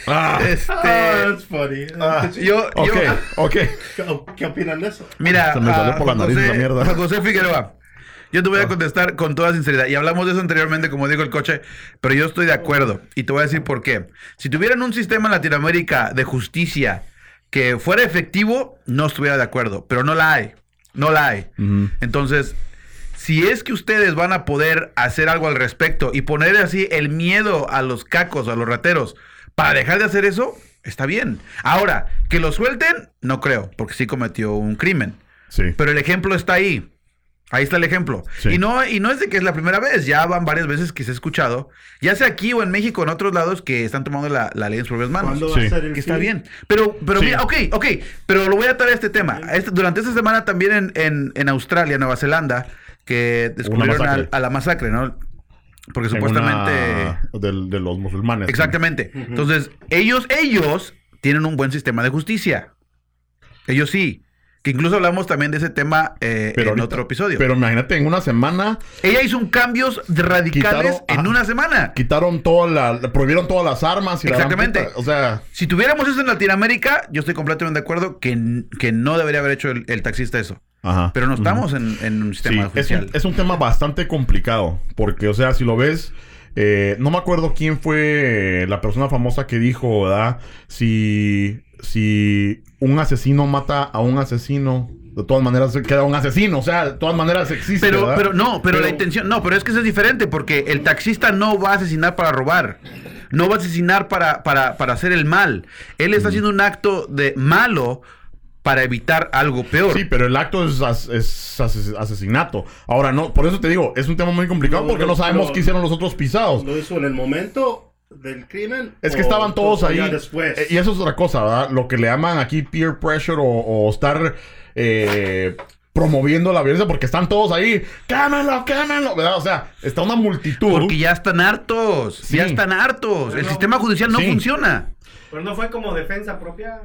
A: Ah.
B: Este-
M: Ah, that's funny.
B: Ah, yo- yo-
A: Ok, ok.
M: ¿Qué, qué opinan de eso?
B: Mira,
A: Se me salió
B: ah,
A: por la
B: Juan
A: nariz
B: José-
A: esa mierda. Ah.
B: Juan José Figueroa, yo te voy a contestar con toda sinceridad. Y hablamos de eso anteriormente, como dijo el coche, pero yo estoy de acuerdo. Y te voy a decir por qué. Si tuvieran un sistema en Latinoamérica de justicia que fuera efectivo, no estuviera de acuerdo. Pero no la hay. No la hay. Entonces, si es que ustedes van a poder hacer algo al respecto y poner así el miedo a los cacos, a los rateros, para dejar de hacer eso, está bien. Ahora, que lo suelten, no creo, porque sí cometió un crimen. Pero el ejemplo está ahí. Ahí está el ejemplo. Y, no, y no es de que es la primera vez, ya van varias veces que se ha escuchado, ya sea aquí o en México, en otros lados, que están tomando la, la ley en sus propias manos.
M: ¿Cuándo va a Sí. ser el
B: que está
M: fin?
B: bien. Pero, pero
M: Sí.
B: mira, ok, ok, pero lo voy a atar a este tema. Este- durante esta semana también en, en, en Australia, Nueva Zelanda, que descubrieron al-
A: masacre.
B: a, la masacre, ¿no? Porque
A: En
B: supuestamente...
A: una- del- de los musulmanes.
B: Exactamente.
A: Ujú.
B: Entonces, ellos, ellos tienen un buen sistema de justicia. Ellos sí. Que incluso hablamos también de ese tema eh, en
A: Pero ahorita-
B: otro episodio.
A: Pero imagínate, en una semana
B: Ella hizo un cambios radicales
A: Quitaron-
B: en
A: ajá.
B: una semana.
A: Quitaron toda la, la- prohibieron todas las armas y la gran
B: Exactamente.
A: puta, o sea,
B: Si tuviéramos eso en Latinoamérica, yo estoy completamente de acuerdo que, n- que no debería haber hecho el, el taxista eso.
A: Ajá.
B: Pero no estamos en, en un
A: sí,
B: sistema
A: es, un,
B: judicial.
A: es un tema bastante complicado porque, o sea, si lo ves, eh, no me acuerdo quién fue la persona famosa que dijo, ¿verdad? Si si un asesino mata a un asesino, de todas maneras se queda un asesino. O sea, de todas maneras existe.
B: Pero,
A: ¿verdad?
B: pero no, pero, la intención, no, pero es que eso es diferente porque el taxista no va a asesinar para robar, no va a asesinar para, para, para hacer el mal. Él está haciendo un acto de malo para evitar algo peor.
A: Sí, pero el acto es, as- es ases- asesinato. Ahora, no, por eso te digo, es un tema muy complicado
M: No,
A: porque no,
M: no,
A: sabemos
M: pero-
A: qué hicieron los otros pisados.
M: ¿Lo hizo en el momento del crimen?
A: Es que
M: o-
A: estaban todos
M: o
A: ahí.
M: ya después.
A: Eh, Y eso es otra cosa, ¿verdad? Lo que le llaman aquí peer pressure o, o estar eh, promoviendo la violencia porque están todos ahí. ¡Cámenlo, cámenlo! ¿Verdad? O sea, está una multitud. Porque
B: ya están hartos. Ya están hartos. El sistema judicial no
A: Sí.
B: funciona.
C: Pero no fue como defensa propia.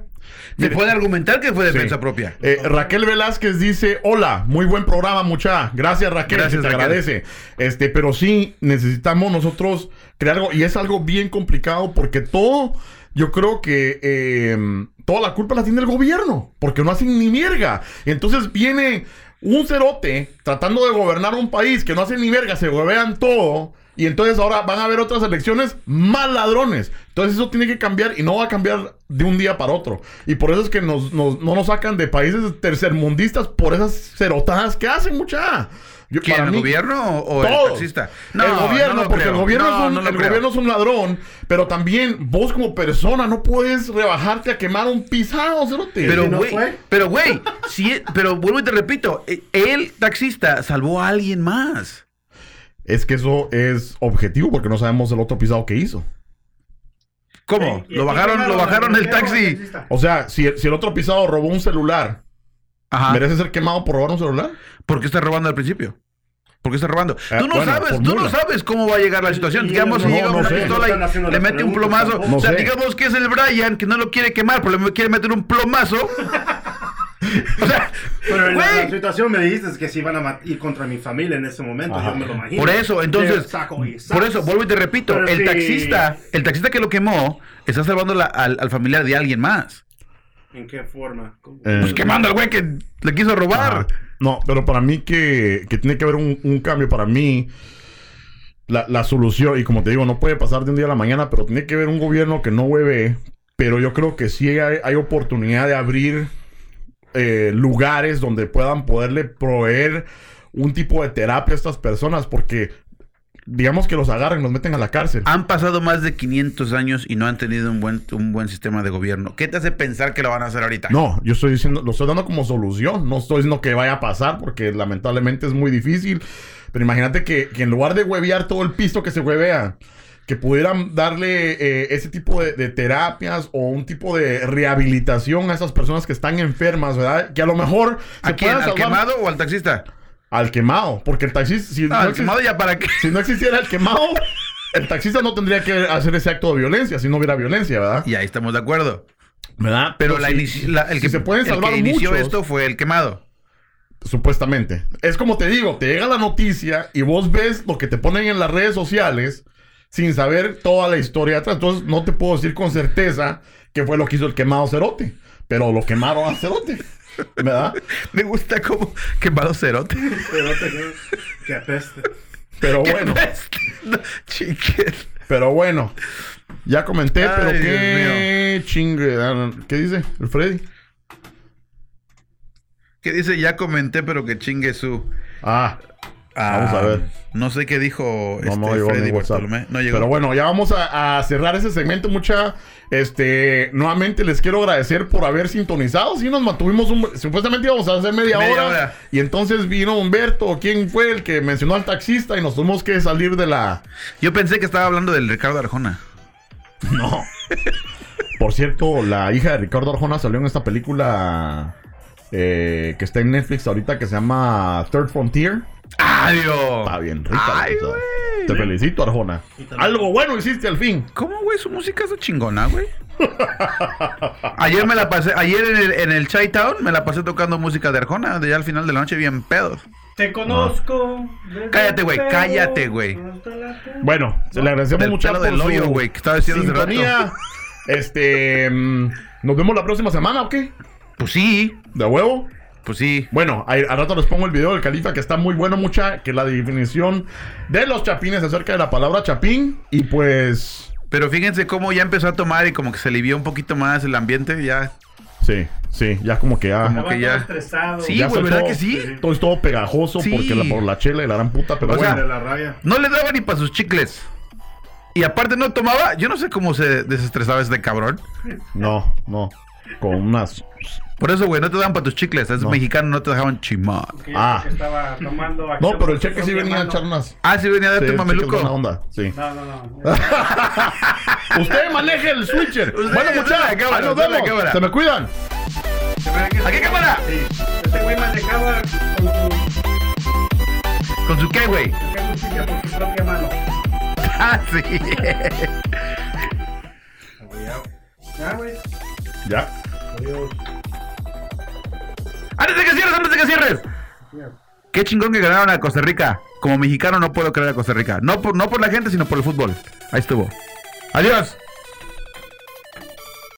B: Se puede argumentar que fue defensa
A: Sí.
B: propia.
A: Eh, Raquel Velázquez dice, hola, muy buen programa, mucha. Gracias, Raquel,
B: Gracias,
A: se te
B: Raquel.
A: agradece. Este, pero sí, necesitamos nosotros crear algo, y es algo bien complicado porque todo, yo creo que eh, toda la culpa la tiene el gobierno, porque no hacen ni mierda. Entonces viene un cerote tratando de gobernar un país que no hace ni verga, se gobernan todo. Y entonces ahora van a haber otras elecciones más ladrones. Entonces eso tiene que cambiar y no va a cambiar de un día para otro. Y por eso es que nos, nos- no nos sacan de países tercermundistas por esas cerotadas que hacen, mucha. Yo-
B: ¿Quién,
A: para
B: el
A: mí,
B: gobierno o el
A: todos.
B: taxista?
A: el
B: No,
A: gobierno,
B: no lo
A: porque
B: creo.
A: el,
B: No,
A: gobierno, es un,
B: no lo
A: el
B: creo.
A: gobierno es un ladrón, pero también vos como persona no puedes rebajarte a quemar un pisado, cerote.
B: Pero, güey, pero, güey, si e- pero vuelvo y te repito, e- el taxista salvó a alguien más.
A: Es que eso es objetivo porque no sabemos el otro pisado que hizo.
B: ¿Cómo? Lo bajaron, lo bajaron del taxi.
A: O sea, si, el- si el otro pisado robó un celular, ¿merece ser quemado por robar un celular?
B: ¿Por qué está robando al principio? ¿Por qué está robando? Tú no
A: Ah, bueno,
B: sabes,
A: por
B: tú no
A: mula.
B: sabes cómo va a llegar la situación.
A: Y- y
B: digamos, si
A: no,
B: llega
A: no
B: una
A: sé. Están
B: pistola
A: haciendo
B: y le
A: las
B: mete un
A: preguntas
B: plomazo.
A: tampoco.
B: o sea,
A: No sé.
B: digamos que es el Brian que no lo quiere quemar, pero le quiere meter un plomazo.
M: Pero en la, la situación me dijiste que si iban a mat- ir contra mi familia en ese momento, yo me lo imagino.
B: Por eso, entonces,
M: Te saco y
B: por eso, vuelvo y te repito,
M: Pero
B: el
M: sí.
B: taxista, el taxista que lo quemó, está salvando la- al, al familiar de alguien más.
M: ¿En qué forma? ¿Cómo?
B: Pues quemando al güey que le quiso robar.
A: Ah, No, pero para mí que, que tiene que haber un, un cambio. Para mí, la, la solución, y como te digo, no puede pasar de un día a la mañana, pero tiene que haber un gobierno que no hueve. Pero yo creo que sí hay, hay oportunidad de abrir eh, lugares donde puedan poderle proveer un tipo de terapia a estas personas, porque digamos que los agarren, los meten a la cárcel.
B: Han pasado más de 500 años y no han tenido un buen, un buen sistema de gobierno. ¿Qué te hace pensar que lo van a hacer ahorita?
A: No, yo estoy diciendo, lo estoy dando como solución. No estoy diciendo que vaya a pasar porque lamentablemente es muy difícil. Pero imagínate que, que en lugar de huevear todo el pisto que se huevea, que pudieran darle eh, ese tipo de, de terapias o un tipo de rehabilitación a esas personas que están enfermas, ¿verdad? Que a lo mejor.
B: ¿A quién?
A: puedan
B: ¿Al
A: salvar-
B: quemado o al taxista?
A: Al quemado. Porque el taxista. Si
B: al
A: exist-
B: quemado ya para qué.
A: Si no existiera el quemado. El taxista no tendría que hacer ese acto de violencia si no hubiera violencia, ¿verdad?
B: Y ahí estamos de acuerdo.
A: ¿Verdad?
B: Pero
A: Entonces,
B: la inici- la- el
A: si
B: que,
A: se pueden
B: el que
A: salvar
B: inició
A: muchos-
B: esto fue el quemado.
A: Supuestamente. Es como te digo, te llega la noticia y vos ves lo que te ponen en las redes sociales sin saber toda la historia atrás. Entonces no te puedo decir con certeza que fue lo que hizo el quemado Cerote, pero lo quemaron a Cerote. ¿Verdad?
B: Me gusta como quemado Cerote.
M: Pero te- que apeste.
A: Pero bueno.
B: Este,
A: Pero bueno. Ya comenté,
M: Ay,
A: pero
M: Dios
A: qué chingue. ah, ¿Qué dice el Freddy?
B: Que dice, ya comenté, pero que chingue su. Ah,
A: Ah. vamos a ver.
B: No sé qué dijo
A: No, no
B: este,
A: llegó
B: Freddy
A: mi WhatsApp.
B: Bartolomé. No llegó.
A: Pero bueno, ya vamos a, a cerrar ese segmento. Mucha, este, nuevamente les quiero agradecer por haber sintonizado. Sí, nos mantuvimos, un- supuestamente íbamos a hacer media,
B: Media
A: hora,
B: hora.
A: Y entonces vino Humberto, ¿quién fue el que mencionó al taxista? Y nos tuvimos que salir de la.
B: Yo pensé que estaba hablando del Ricardo Arjona.
A: No. Por cierto, la hija de Ricardo Arjona salió en esta película eh, que está en Netflix ahorita que se llama Third Frontier.
B: ¡Ay,
A: Está bien rica. la cosa. Te felicito, Arjona. Algo bueno hiciste al fin.
B: ¿Cómo, güey? Su música es chingona, güey. Ayer me la pasé, ayer en el, en el Chai Town me la pasé tocando música de Arjona, de ya al final de la noche bien pedo.
C: Te conozco. desde
B: Cállate, güey,
C: el pelo
B: cállate, güey.
C: hasta la tumba.
A: Bueno, se le agradecemos
B: Del
A: mucho
B: pelo del hoyo, güey, que estaba diciendo hace rato.
A: sintonía. Este, mm, nos vemos la próxima semana, ¿o qué?
B: Pues sí.
A: ¿De huevo?
B: Pues sí.
A: Bueno, ahí- al rato les pongo el video del califa que está muy bueno, mucha, que la definición de los chapines acerca de la palabra chapín y pues
B: Pero fíjense cómo ya empezó a tomar y como que se alivió un poquito más el ambiente, ya
A: Sí, sí, ya como que ya.
B: Como que ya- Sí,
A: Ya
B: güey,
A: soy
B: ¿verdad
A: todo-
B: que sí?
A: Todo es todo pegajoso
B: Sí.
A: porque la, por la chela y la gran puta, pero
B: O sea,
A: bueno.
B: no le daba ni para sus chicles. Y aparte no tomaba, yo no sé cómo se desestresaba este cabrón.
A: No, no. Con unas.
B: Por eso, güey, no te daban para tus chicles. Es mexicano, no te dejaban chimar.
A: Ah.
C: Estaba tomando
A: No, pero el cheque sí venía a echar unas.
B: Ah, sí venía a darte
A: Sí, el cheque es
B: mameluco.
A: buena onda, sí.
C: No, no, no.
A: Usted maneje el switcher.
B: Usted
A: bueno,
B: es la
A: muchachos,
B: cámara,
A: ahí
B: usted
A: nos
B: es la
A: vemos.
B: cámara.
A: Se me cuidan.
B: ¿A qué cámara?
C: Sí. Este güey manejaba con su,
B: ¿Con su qué, güey?
C: qué música por su propia mano.
B: Ah, sí.
C: Ah, güey.
A: Ya.
C: Adiós.
B: ¡Antes de que cierres, antes de que cierres! Qué chingón que ganaron a Costa Rica. Como mexicano no puedo creer a Costa Rica. No por, no por la gente, sino por el fútbol. Ahí estuvo. Adiós.